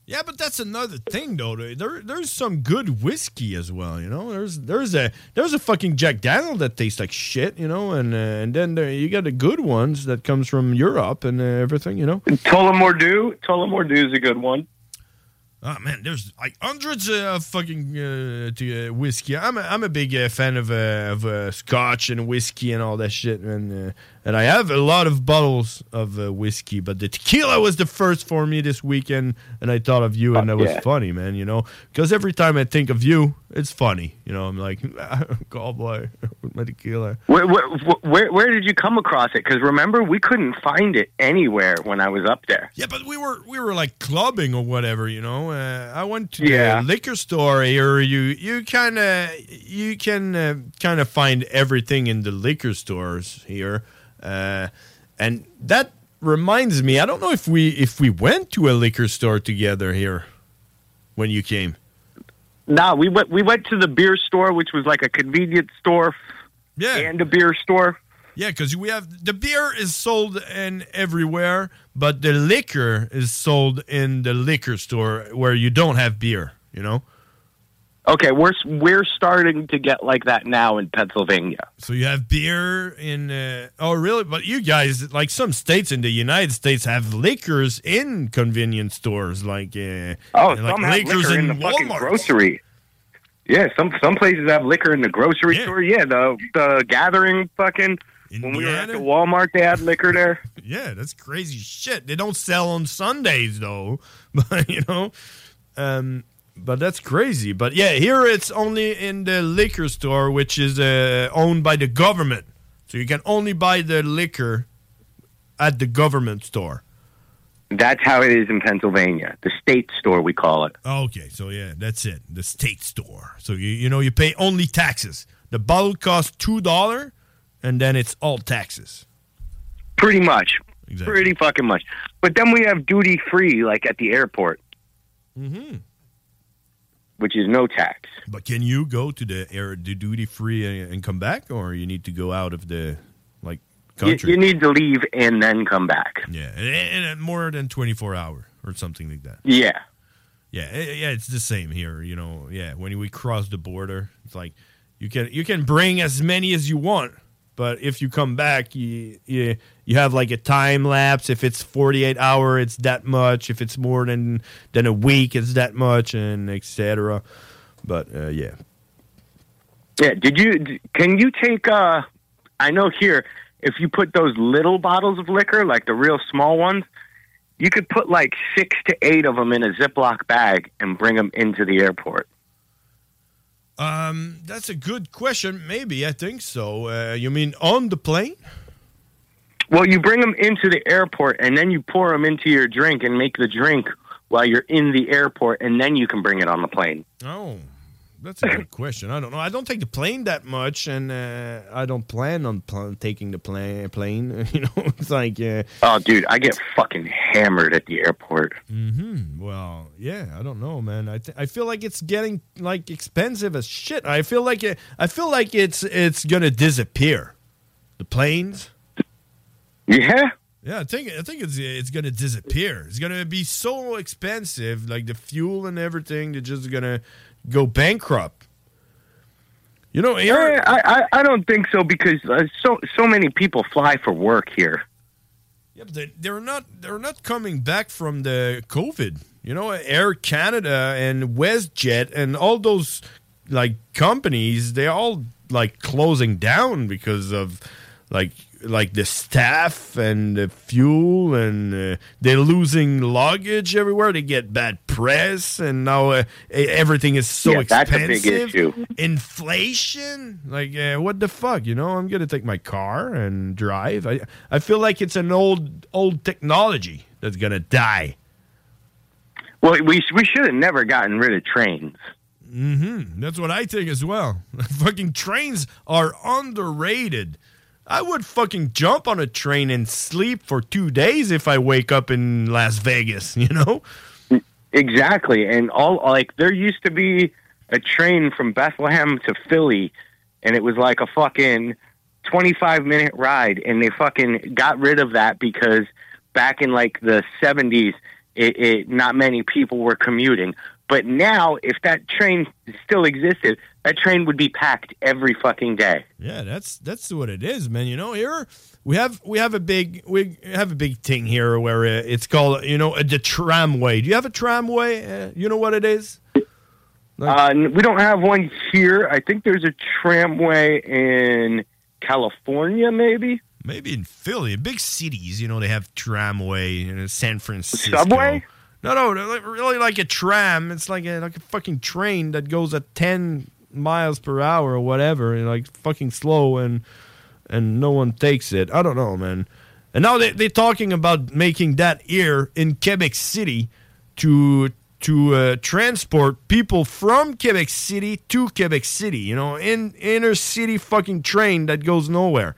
S5: Yeah, but that's another thing, though. There, there's some good whiskey as well. You know, there's there's a there's a fucking Jack Daniel that tastes like shit. You know, and uh, and then there, you got the good ones that comes from Europe and uh, everything. You know.
S1: Tola Mordu, Tola Mordu is a good one.
S5: Oh man, there's like hundreds of fucking uh, t- uh, whiskey. I'm a, I'm a big uh, fan of uh, of uh, Scotch and whiskey and all that shit, and uh, and I have a lot of bottles of uh, whiskey. But the tequila was the first for me this weekend, and I thought of you, and that was
S15: yeah.
S5: funny, man. You know, because every time I think of you, it's funny. You know, I'm like, God boy, with my tequila.
S1: Where where, where where did you come across it? Because remember we couldn't find it anywhere when I was up there.
S5: Yeah, but we were we were like clubbing or whatever, you know. Uh, I went to
S1: Yeah.
S5: the liquor store here. You you kind of you can uh, kind of find everything in the liquor stores here, uh, and that reminds me. I don't know if we if we went to a liquor store together here when you came.
S1: Nah, we went we went to the beer store, which was like a convenience store.
S5: Yeah,
S1: and a beer store.
S5: Yeah, because we have the beer is sold in everywhere, but the liquor is sold in the liquor store where you don't have beer. You know.
S1: Okay, we're we're starting to get like that now in Pennsylvania.
S5: So you have beer in. Uh, oh, really? But you guys, like some states in the United States, have liquors in convenience stores, like uh,
S1: Oh,
S5: like
S1: some have liquor in, the fucking
S5: Walmart.
S1: grocery. Yeah, some some places have liquor in the grocery store. Yeah, the the gathering fucking when we were at the Walmart, they had liquor there.
S5: Yeah, that's crazy shit. They don't sell on Sundays though, but you know, um, but that's crazy. But yeah, here it's only in the liquor store, which is uh, owned by the government, so you can only buy the liquor at the government store.
S1: That's how it is in Pennsylvania. The state store, we call it.
S5: Okay, so yeah, that's it. The state store. So you you know you pay only taxes. The bottle costs two dollar, and then it's all taxes.
S1: Pretty much. Pretty fucking much. But then we have duty free, like at the airport,
S5: Mm-hmm.
S1: which is no tax.
S5: But can you go to the air the duty free and, and come back, or you need to go out of the like
S1: You,
S5: country?
S1: you need to leave and then come back.
S5: yeah, and, and- and eh, more than twenty four hour or something like that.
S1: Yeah.
S5: Yeah, eh, yeah, it's the same here. You know, yeah, when we cross the border, it's like you can you can bring as many as you want, but if you come back, you you, you have like a time lapse. If it's forty eight hour, it's that much. If it's more than than a week, it's that much, and etc. But uh, yeah,
S1: Yeah. Did you? d- Can you take? Uh, I know here, if you put those little bottles of liquor, like the real small ones, you could put like six to eight of them in a Ziploc bag and bring them into the airport.
S5: um, that's a good question. Maybe I think so. Uh, you mean on the plane?
S1: Well, you bring them into the airport and then you pour them into your drink and make the drink while you're in the airport, and then you can bring it on the plane.
S5: Oh, that's a good question. I don't know. I don't take the plane that much, and uh, I don't plan on pl- taking the pla- plane. You know, it's like, uh,
S1: Oh, dude, I get fucking hammered at the airport.
S5: hmm well, yeah, I don't know, man. I th- I feel like it's getting like expensive as shit. I feel like it, I feel like it's it's gonna disappear. The planes.
S1: Yeah.
S5: Yeah, I think I think it's it's gonna disappear. It's gonna be so expensive, like the fuel and everything. They're just gonna go bankrupt. You know,
S1: Eh, I, I I don't think so because uh, so so many people fly for work here.
S5: Yeah, but they, they're not they're not coming back from the COVID. You know, Air Canada and WestJet and all those like companies, they're all like closing down because of like like the staff and the fuel and uh, they're losing luggage everywhere they get bad press and now uh, e- everything is so
S1: Yeah, that's a
S5: expensive
S1: big issue.
S5: inflation like uh, what the fuck you know i'm gonna take my car and drive i i feel like it's an old old technology that's gonna die
S1: Well, we we should have never gotten rid of trains.
S5: mm-hmm that's what i think as well fucking trains are underrated i would fucking jump on a train and sleep for two days if i wake up in las vegas you know
S1: Exactly, and all like there used to be a train from Bethlehem to Philly, and it was like a fucking twenty-five minute ride, and they fucking got rid of that because back in like the seventies, it, it not many people were commuting. But now, if that train still existed, that train would be packed every fucking day.
S5: Yeah, that's that's what it is, man. You know, here we have we have a big we have a big thing here where uh, it's called you know uh, the tramway. Do you have a tramway? Uh, you know what it is?
S1: Uh, n- we don't have one here. I think there's a tramway in California, maybe.
S5: Maybe in Philly, big cities, you know, they have tramway. You know, San Francisco.
S1: Subway?
S5: No, no, they're like- really like a tram. It's like a like a fucking train that goes at ten miles per hour or whatever, and like fucking slow, and and no one takes it. I don't know, man. And now they they're talking about making that here in Quebec City to to uh, transport people from Quebec City to Quebec City. You know, in inner city fucking train that goes nowhere,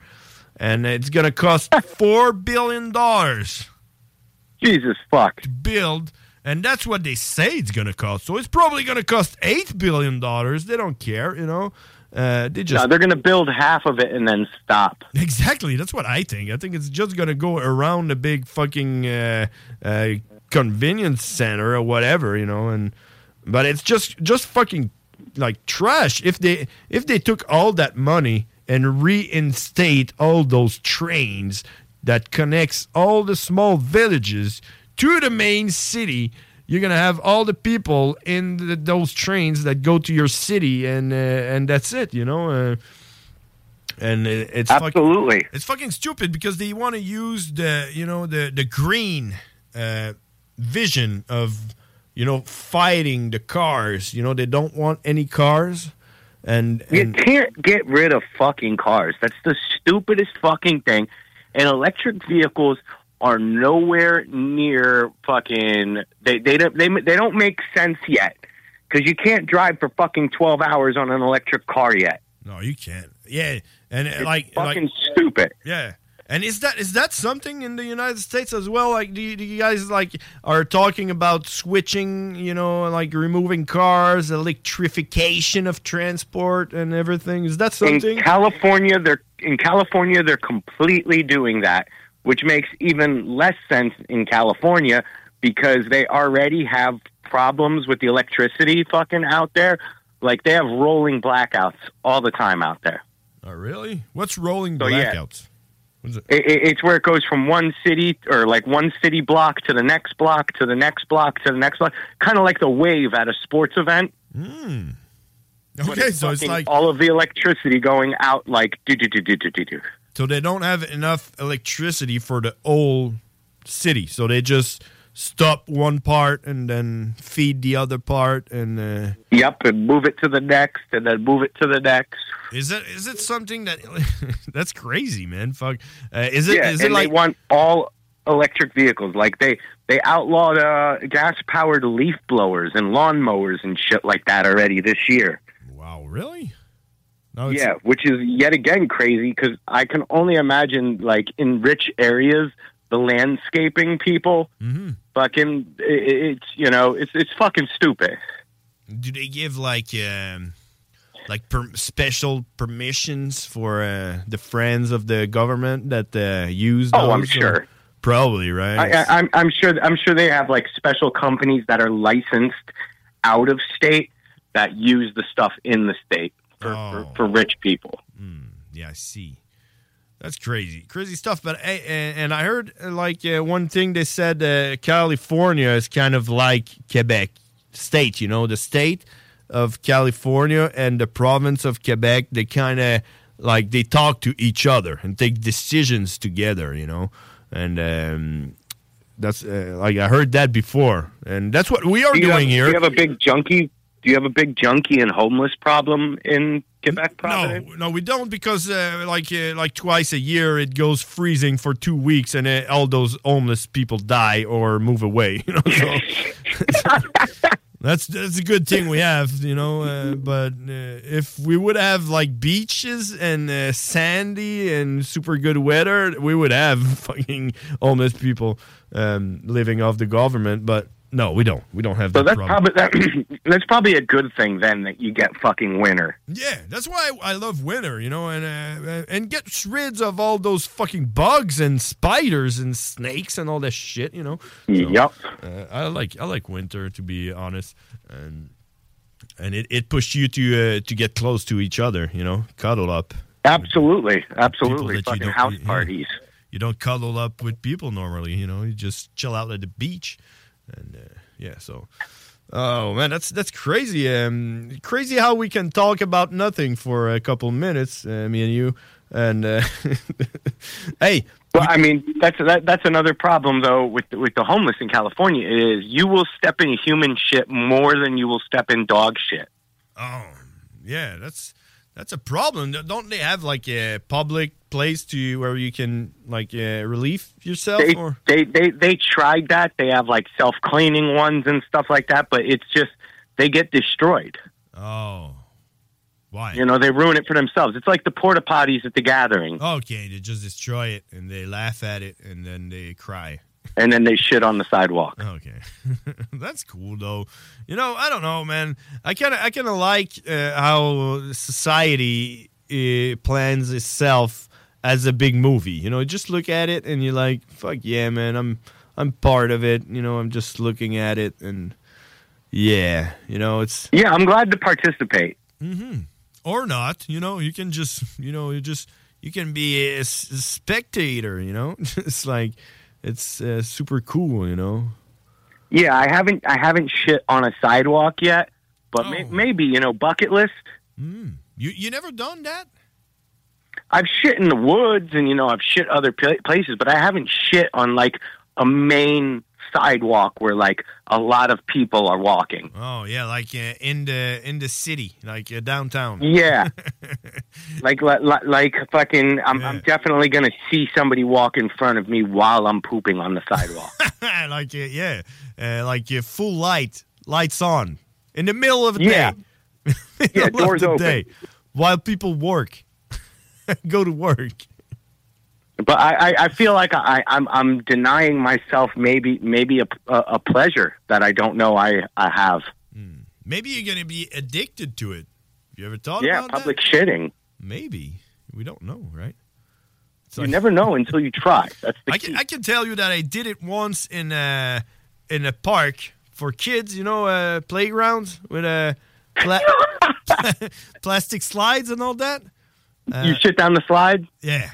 S5: and it's gonna cost four billion dollars
S1: Jesus fuck. To
S5: build, and that's what they say it's going to cost. So it's probably going to cost $8 billion. They don't care, you know? Uh, they just.
S1: no, they're going to build half of it and then stop.
S5: Exactly. That's what I think. I think it's just going to go around the big fucking uh, uh, convenience center or whatever, you know. And but it's just just fucking like trash. If they if they took all that money and reinstate all those trains that connects all the small villages to the main city. You're gonna have all the people in the, those trains that go to your city, and uh, and that's it, you know. Uh, and it, it's
S1: absolutely
S5: it's fucking stupid because they want to use the you know the the green uh, vision of you know fighting the cars. You know they don't want any cars, and,
S1: You
S5: and
S1: can't get rid of fucking cars. That's the stupidest fucking thing. And electric vehicles are nowhere near fucking. They they don't they, they don't make sense yet because you can't drive for fucking twelve hours on an electric car yet.
S5: No, you can't. Yeah, and uh, like
S1: fucking
S5: like,
S1: stupid.
S5: Yeah. And is that is that something in the United States as well? Like, do you, do you guys like are talking about switching? You know, like removing cars, electrification of transport, and everything. Is that something?
S1: In California, they're in California they're completely doing that, which makes even less sense in California because they already have problems with the electricity fucking out there. Like they have rolling blackouts all the time out there.
S5: Oh, really? What's rolling
S1: So, yeah.
S5: blackouts?
S1: It, it, it's where it goes from one city or like one city block to the next block to the next block to the next block, kind of like the wave at a sports event.
S5: Hmm.
S1: when
S5: Okay, so it's
S1: fucking
S5: like
S1: all of the electricity going out like do do do do do do do.
S5: so they don't have enough electricity for the whole city, so they just stop one part and then feed the other part, and uh,
S1: Yep, and move it to the next, and then move it to the next.
S5: Is it is it something that that's crazy, man? Fuck. Uh, is it
S1: yeah,
S5: is
S1: and
S5: it like
S1: they want all electric vehicles? Like they they outlawed uh, gas powered leaf blowers and lawnmowers and shit like that already this year.
S5: wow, really?
S1: yeah, which is yet again crazy because I can only imagine like in rich areas the landscaping people
S5: Mm-hmm.
S1: fucking i- i it's you know it's it's fucking stupid.
S5: Do they give like um like per- special permissions for uh, the friends of the government that uh, use?
S1: Oh, I'm
S5: those?
S1: sure.
S5: Probably right.
S1: I, I, I'm, I'm sure. I'm sure they have like special companies that are licensed out of state that use the stuff in the state for, for, for rich people.
S5: Oh. Hmm. yeah, I see. That's crazy, crazy stuff. But hey, and, and I heard uh, like uh, one thing they said uh, California is kind of like Quebec state. You know, the state of California and the province of Quebec. They kind of like they talk to each other and take decisions together. You know, and um, that's uh, like I heard that before, and that's what we are
S1: Do you have,
S5: doing here.
S1: Do you have a big junkie? Do you have a big junkie and homeless problem in Quebec? Providence?
S5: No, no, we don't because uh, like uh, like twice a year it goes freezing for two weeks and uh, all those homeless people die or move away. You know, so that's that's a good thing we have. You know, uh, but uh, if we would have like beaches and uh, sandy and super good weather, we would have fucking homeless people um, living off the government. But no, we don't. We don't have
S1: So that's
S5: that problem.
S1: probably that, that's probably a good thing then that you get fucking winter.
S5: Yeah, that's why I love winter, you know, and uh, and gets rid of all those fucking bugs and spiders and snakes and all that shit, you know.
S1: yep.
S5: Uh, I like I like winter to be uh, honest, and and it, it pushed you to uh, to get close to each other, you know, cuddle up.
S1: Absolutely, absolutely.
S5: that you
S1: Fucking
S5: don't-
S1: house
S5: yeah.
S1: parties.
S5: You don't cuddle up with people normally, you know. You just chill out at the beach, and uh, yeah, so. Oh man, that's that's crazy. Um, crazy how we can talk about nothing for a couple minutes, uh, me and you. And uh, hey,
S1: Well, I mean, that's that, that's another problem though with with the homeless in California is you will step in human shit more than you will step in dog shit.
S5: Oh, yeah, that's that's a problem. Don't they have like a public place to where you can like uh, relieve yourself?
S1: They,
S5: or
S1: they they they tried that. They have like self cleaning ones and stuff like that, but it's just they get destroyed.
S5: oh, why?
S1: You know, they ruin it for themselves. It's like the porta potties at the gathering,
S5: Okay, they just destroy it and they laugh at it and then they cry.
S1: and then they shit on the sidewalk.
S5: Okay, that's cool though. You know, I don't know, man. I kind of, I kind of like uh, how society uh, plans itself as a big movie. You know, just look at it and you're like, "Fuck yeah, man! I'm, I'm part of it." You know, I'm just looking at it and yeah, you know, it's
S1: yeah. I'm glad to participate.
S5: Mm-hmm. Or not, you know, you can just, you know, you just, you can be a, s- a spectator. You know, it's like, it's uh, super cool. You know.
S1: Yeah, I haven't I haven't shit on a sidewalk yet, but may, maybe you know bucket list.
S5: Oh. Hmm. You you never done that?
S1: I've shit in the woods, and you know I've shit other pla places, but I haven't shit on like a main sidewalk where like a lot of people are walking.
S5: Oh yeah, like uh, in the in the city, like uh, downtown.
S1: Yeah, Like, li- li- like, fucking, I'm, I'm definitely gonna see somebody walk in front of me while I'm pooping on the sidewalk.
S5: like uh, yeah, uh, like uh, full light, lights on in the middle of the
S1: Yeah.
S5: day.
S1: yeah,
S5: Middle of
S1: doors
S5: the
S1: open.
S5: day, while people work, go to work.
S1: But I, I, I feel like I, I'm, I'm denying myself maybe, maybe a, a, a pleasure that I don't know I, I have.
S5: Maybe you're gonna be addicted to it. You ever thought
S1: yeah,
S5: about
S1: public
S5: that?
S1: shitting.
S5: Maybe we don't know, right?
S1: you never know until you try. That's the
S5: I can, I can tell you that I did it once in a in a park for kids, you know, uh, playgrounds with a pla- plastic slides and all that.
S1: you shit down the slide.
S5: uh,
S1: Uh,
S5: Yeah.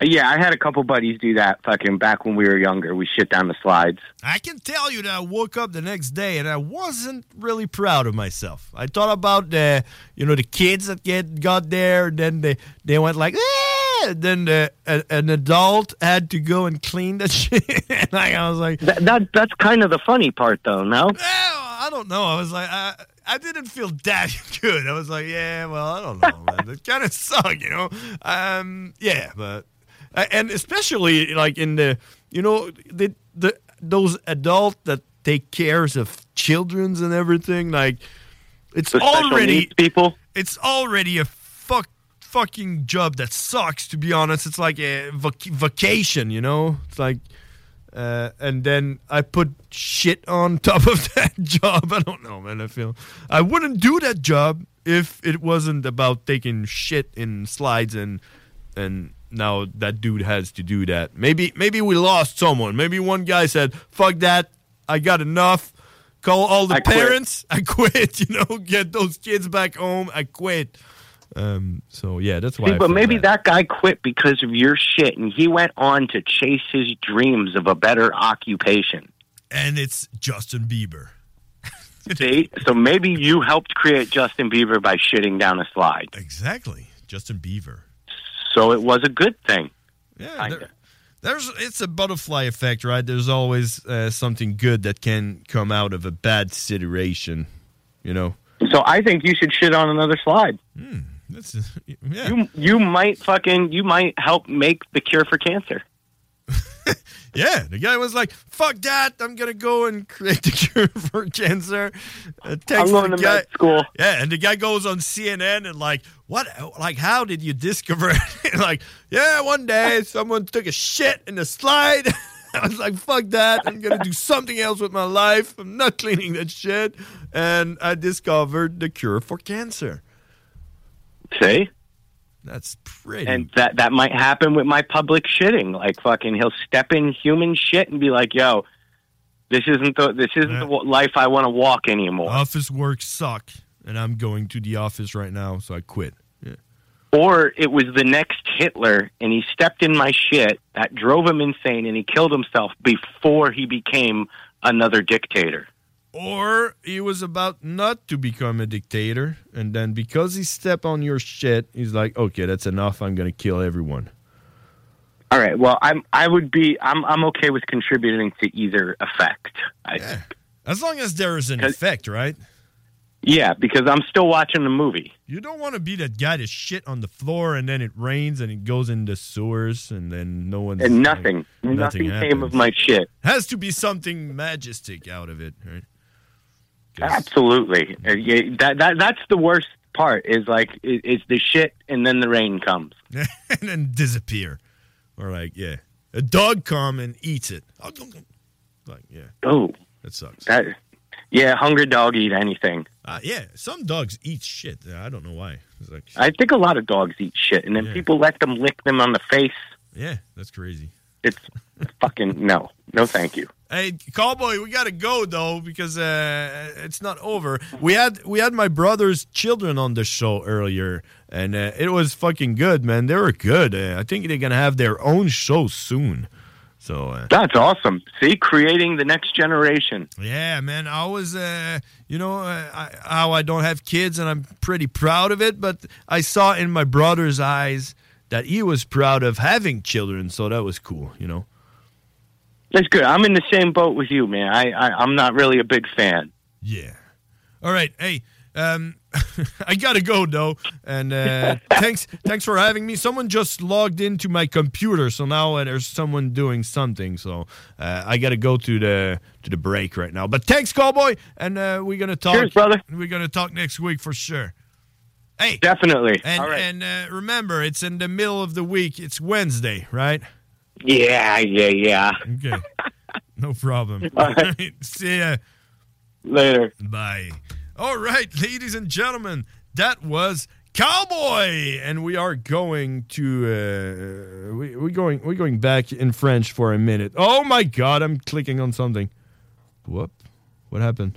S1: Yeah, I had a couple buddies do that. Fucking back when we were younger, we shit down the slides.
S5: I can tell you that I woke up the next day and I wasn't really proud of myself. I thought about the, you know, the kids that get got there. Then they they went like, "Ah!" And then the, a, an adult had to go and clean that shit. and I, I was like,
S1: That, that that's kind of the funny part, though. No,
S5: I don't know. I was like, I, I didn't feel that good. I was like, yeah, well, I don't know, man. It kind of sucked, you know. Um, yeah, but uh, and especially like in the, you know, the the those adults that take cares of children's and everything. Like, it's
S1: The special
S5: already
S1: needs people.
S5: It's already a fuck fucking job that sucks. To be honest, it's like a vac- vacation, you know. It's like. Uh, and then I put shit on top of that job. I don't know, man. I feel I wouldn't do that job if it wasn't about taking shit in slides and and now that dude has to do that. Maybe maybe we lost someone. Maybe one guy said, "Fuck that, I got enough." Call all the
S1: I quit.
S5: parents. I quit. You know, get those kids back home. I quit. Um. So yeah, that's why.
S1: See,
S5: I
S1: but
S5: feel
S1: maybe
S5: bad.
S1: that guy quit because of your shit, and he went on to chase his dreams of a better occupation.
S5: and it's Justin Bieber.
S1: See, so maybe you helped create Justin Bieber by shitting down a slide.
S5: Exactly, Justin Bieber.
S1: So it was a good thing.
S5: Yeah, there- there's it's a butterfly effect, right? There's always uh, something good that can come out of a bad situation, you know.
S1: So I think you should shit on another slide.
S5: Hmm, That's yeah.
S1: You you might fucking you might help make the cure for cancer.
S5: Yeah, the guy was like, "Fuck that! I'm gonna go and create the cure for cancer." Uh, text
S1: going
S5: the
S1: to
S5: guy.
S1: med school.
S5: Yeah, and the guy goes on CNN and like, "What? Like, how did you discover?" it? like, yeah, one day someone took a shit in the slide. I was like, "Fuck that! I'm gonna do something else with my life. I'm not cleaning that shit." And I discovered the cure for cancer.
S1: See?
S5: That's pretty.
S1: And that that might happen with my public shitting. Like fucking he'll step in human shit and be like, "Yo, this isn't the this isn't the wa- life I want to walk anymore."
S5: office work suck, and I'm going to the office right now, so I quit. Yeah.
S1: Or it was the next Hitler and he stepped in my shit that drove him insane and he killed himself before he became another dictator.
S5: or he was about not to become a dictator and then because he stepped on your shit he's like okay that's enough i'm gonna kill everyone
S1: All right. Well, I'm I would be I'm I'm okay with contributing to either effect. I think.
S5: as long as there is an effect right
S1: Yeah, because I'm still watching the movie.
S5: you don't want to be that guy to shit on the floor and then it rains and it goes in the sewers and then no one
S1: And nothing. Nothing, came of my shit.
S5: has to be something majestic out of it right
S1: Absolutely. Uh, yeah, That, that that's the worst part is like it, it's the shit and then the rain comes.
S5: and then disappear or like yeah a dog come and eats it like yeah
S1: Oh,
S5: that sucks
S1: that yeah, hungry dog eat anything.
S5: Uh, yeah, some dogs eat shit. Uh, I don't know why. It's like,
S1: I think a lot of dogs eat shit and then people let them lick them on the face.
S5: yeah, that's crazy.
S1: It's fucking no. No thank you.
S5: Hey, cowboy, we gotta go though because uh, it's not over. We had we had my brother's children on the show earlier, and uh, it was fucking good, man. They were good. Uh, I think they're gonna have their own show soon. So uh,
S1: That's awesome. See, creating the next generation.
S5: Yeah, man. I was, uh, you know, uh, I, how I don't have kids, and I'm pretty proud of it. But I saw in my brother's eyes that he was proud of having children, so that was cool, you know.
S1: That's good. I'm in the same boat with you, man. I, I I'm not really a big fan.
S5: All right, hey, um, I gotta go though, and uh, thanks thanks for having me. Someone just logged into my computer, so now uh, there's someone doing something. So uh, I gotta go to the to the break right now. But thanks, Cowboy, and uh, we're gonna talk.
S1: Cheers, brother.
S5: We're gonna talk next week for sure. Hey,
S1: Definitely.
S5: And
S1: All right.
S5: and uh, remember, it's in the middle of the week. It's Wednesday, right?
S1: Yeah, yeah, yeah.
S5: Okay, no problem.
S1: All right.
S5: See ya.
S1: Later.
S5: Bye. All right, ladies and gentlemen, that was Cowboy, and we are going to uh, we, we're going we're going back in French for a minute. Oh my God, I'm clicking on something. Whoop! What happened?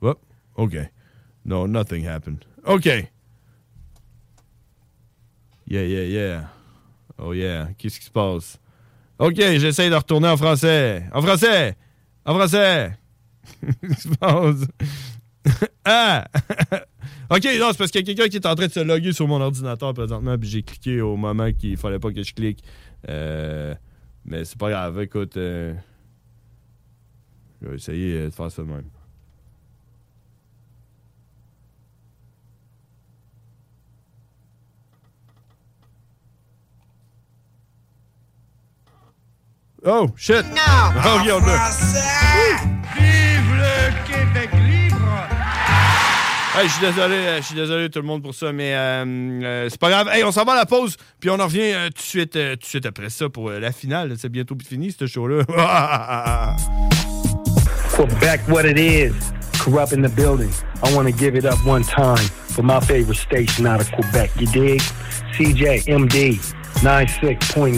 S5: Whoop! Okay, no, nothing happened. Okay. Yeah, yeah, yeah. Oh yeah, qu'est-ce qui se passe? Ok, j'essaie de retourner en français. En français! En français! Qu'est-ce qui se passe? ah! ok, non, c'est parce qu'il y a quelqu'un qui est en train de se loguer sur mon ordinateur présentement, puis j'ai cliqué au moment qu'il fallait pas que je clique. Euh, mais c'est pas grave, écoute. euh, je vais essayer euh, de faire ça de même. Oh, shit! Oh,
S4: En
S5: regarde-le.
S4: français! Vive le Québec libre!
S5: Hey, je suis désolé, euh, je suis désolé tout le monde pour ça, mais euh, euh, c'est pas grave. Hey, on s'en va à la pause, puis on en revient euh, tout de suite, euh, tout de suite après ça pour euh, la finale. C'est bientôt fini ce show-là.
S3: Quebec, what it is. Corrupt in the building. I want to give it up one time for my favorite station out of Quebec. You dig? CJ MD 96.9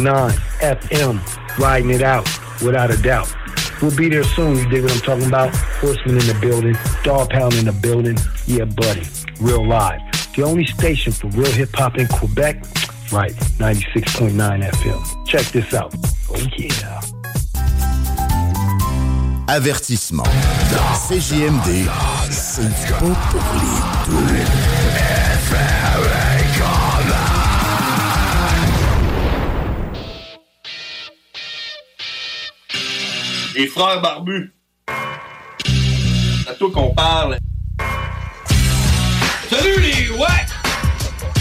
S3: FM. Riding it out without a doubt. We'll be there soon. You dig what I'm talking about? Horseman in the building. Dog Pound in the building. Yeah, buddy. Real live. The only station for real hip hop in Quebec. Right. 96.9 FM. Check this out. Oh, yeah.
S15: Avertissement. CJMD, c'est pas pour les
S4: Les frères barbus. C'est à toi qu'on parle. Salut les ouais!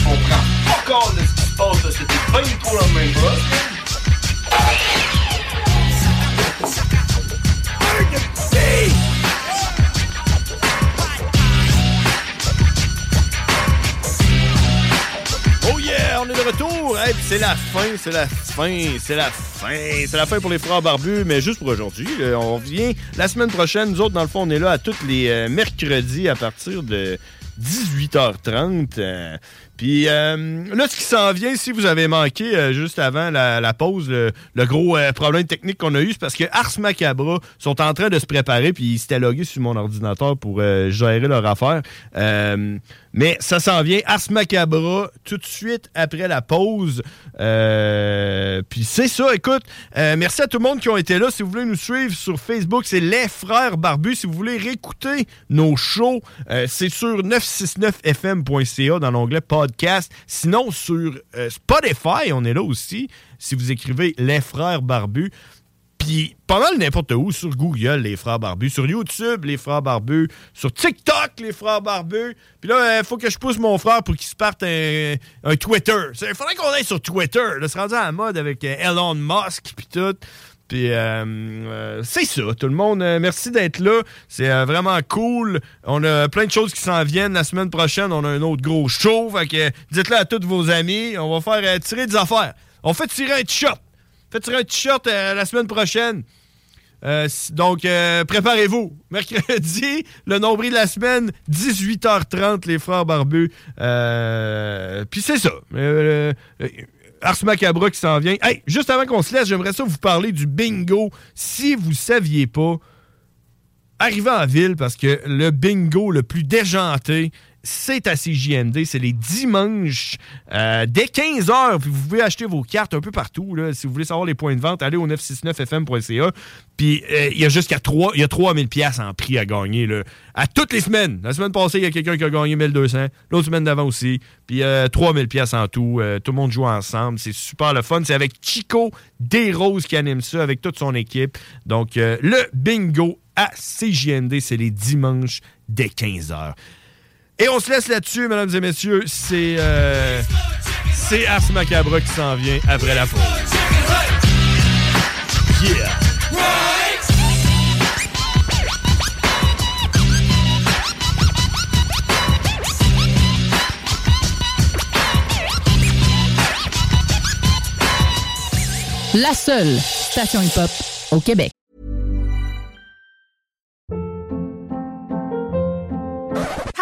S4: On prend pas compte de ce qui se passe, là. c'était pas du tout la même chose.
S5: Oh yeah, on est de retour. Hey, puis c'est la fin, c'est la fin, c'est la fin, c'est la fin pour les frères barbus, mais juste pour aujourd'hui. là. On revient la semaine prochaine. Nous autres, dans le fond, on est là à tous les euh, mercredis à partir de 18h30. Euh, puis euh, là, ce qui s'en vient, si vous avez manqué euh, juste avant la, la pause, le, le gros euh, problème technique qu'on a eu, c'est parce que Ars Macabra sont en train de se préparer, puis ils s'étaient logués sur mon ordinateur pour euh, gérer leur affaire. Euh, mais ça s'en vient, Ars Macabra, tout de suite après la pause. Euh, puis c'est ça, écoute. euh, merci à tout le monde qui ont été là. Si vous voulez nous suivre sur Facebook, c'est Les Frères Barbus. Si vous voulez réécouter nos shows, euh, c'est sur 969fm.ca dans l'onglet podcast. Sinon, sur euh, Spotify, on est là aussi. Si vous écrivez Les Frères Barbus. Puis pas mal n'importe où, sur Google, les frères barbus, sur YouTube, les frères barbus, sur TikTok, les frères barbus. Puis là, il faut que je pousse mon frère pour qu'il se parte un, un Twitter. Il faudrait qu'on aille sur Twitter. Là, se rendu à la mode avec euh, Elon Musk puis tout. Puis euh, euh, c'est ça, tout le monde. Euh, merci d'être là. C'est euh, vraiment cool. On a plein de choses qui s'en viennent. La semaine prochaine, on a un autre gros show. Fait que euh, dites-le à tous vos amis. On va faire euh, tirer des affaires. On fait tirer un t-shirt. Faites tirer un t-shirt euh, la semaine prochaine. Euh, s- donc, euh, préparez-vous. Mercredi, le nombril de la semaine, 18h30, les frères barbus. Euh, Puis c'est ça. Euh, euh, Ars Macabra qui s'en vient. Hey, juste avant qu'on se laisse, j'aimerais ça vous parler du bingo. Si vous saviez pas, arrivez en ville parce que le bingo le plus déjanté, c'est à CJMD. C'est les dimanches euh, dès 15h. Puis vous pouvez acheter vos cartes un peu partout. là. Si vous voulez savoir les points de vente, allez au 969fm.ca. Puis euh, il y a jusqu'à 3, il y a 3000 pièces en prix à gagner. là. À toutes les semaines. La semaine passée, il y a quelqu'un qui a gagné 1200. L'autre semaine d'avant aussi. Puis euh, 3000 pièces en tout. Euh, tout le monde joue ensemble. C'est super le fun. C'est avec Chico Desroses qui anime ça, avec toute son équipe. Donc, euh, le bingo à CJND. C'est les dimanches dès 15h. Et on se laisse là-dessus, mesdames et messieurs. C'est euh, c'est Ars Macabre qui s'en vient après la pause. Yeah!
S14: La seule station hip-hop au Québec.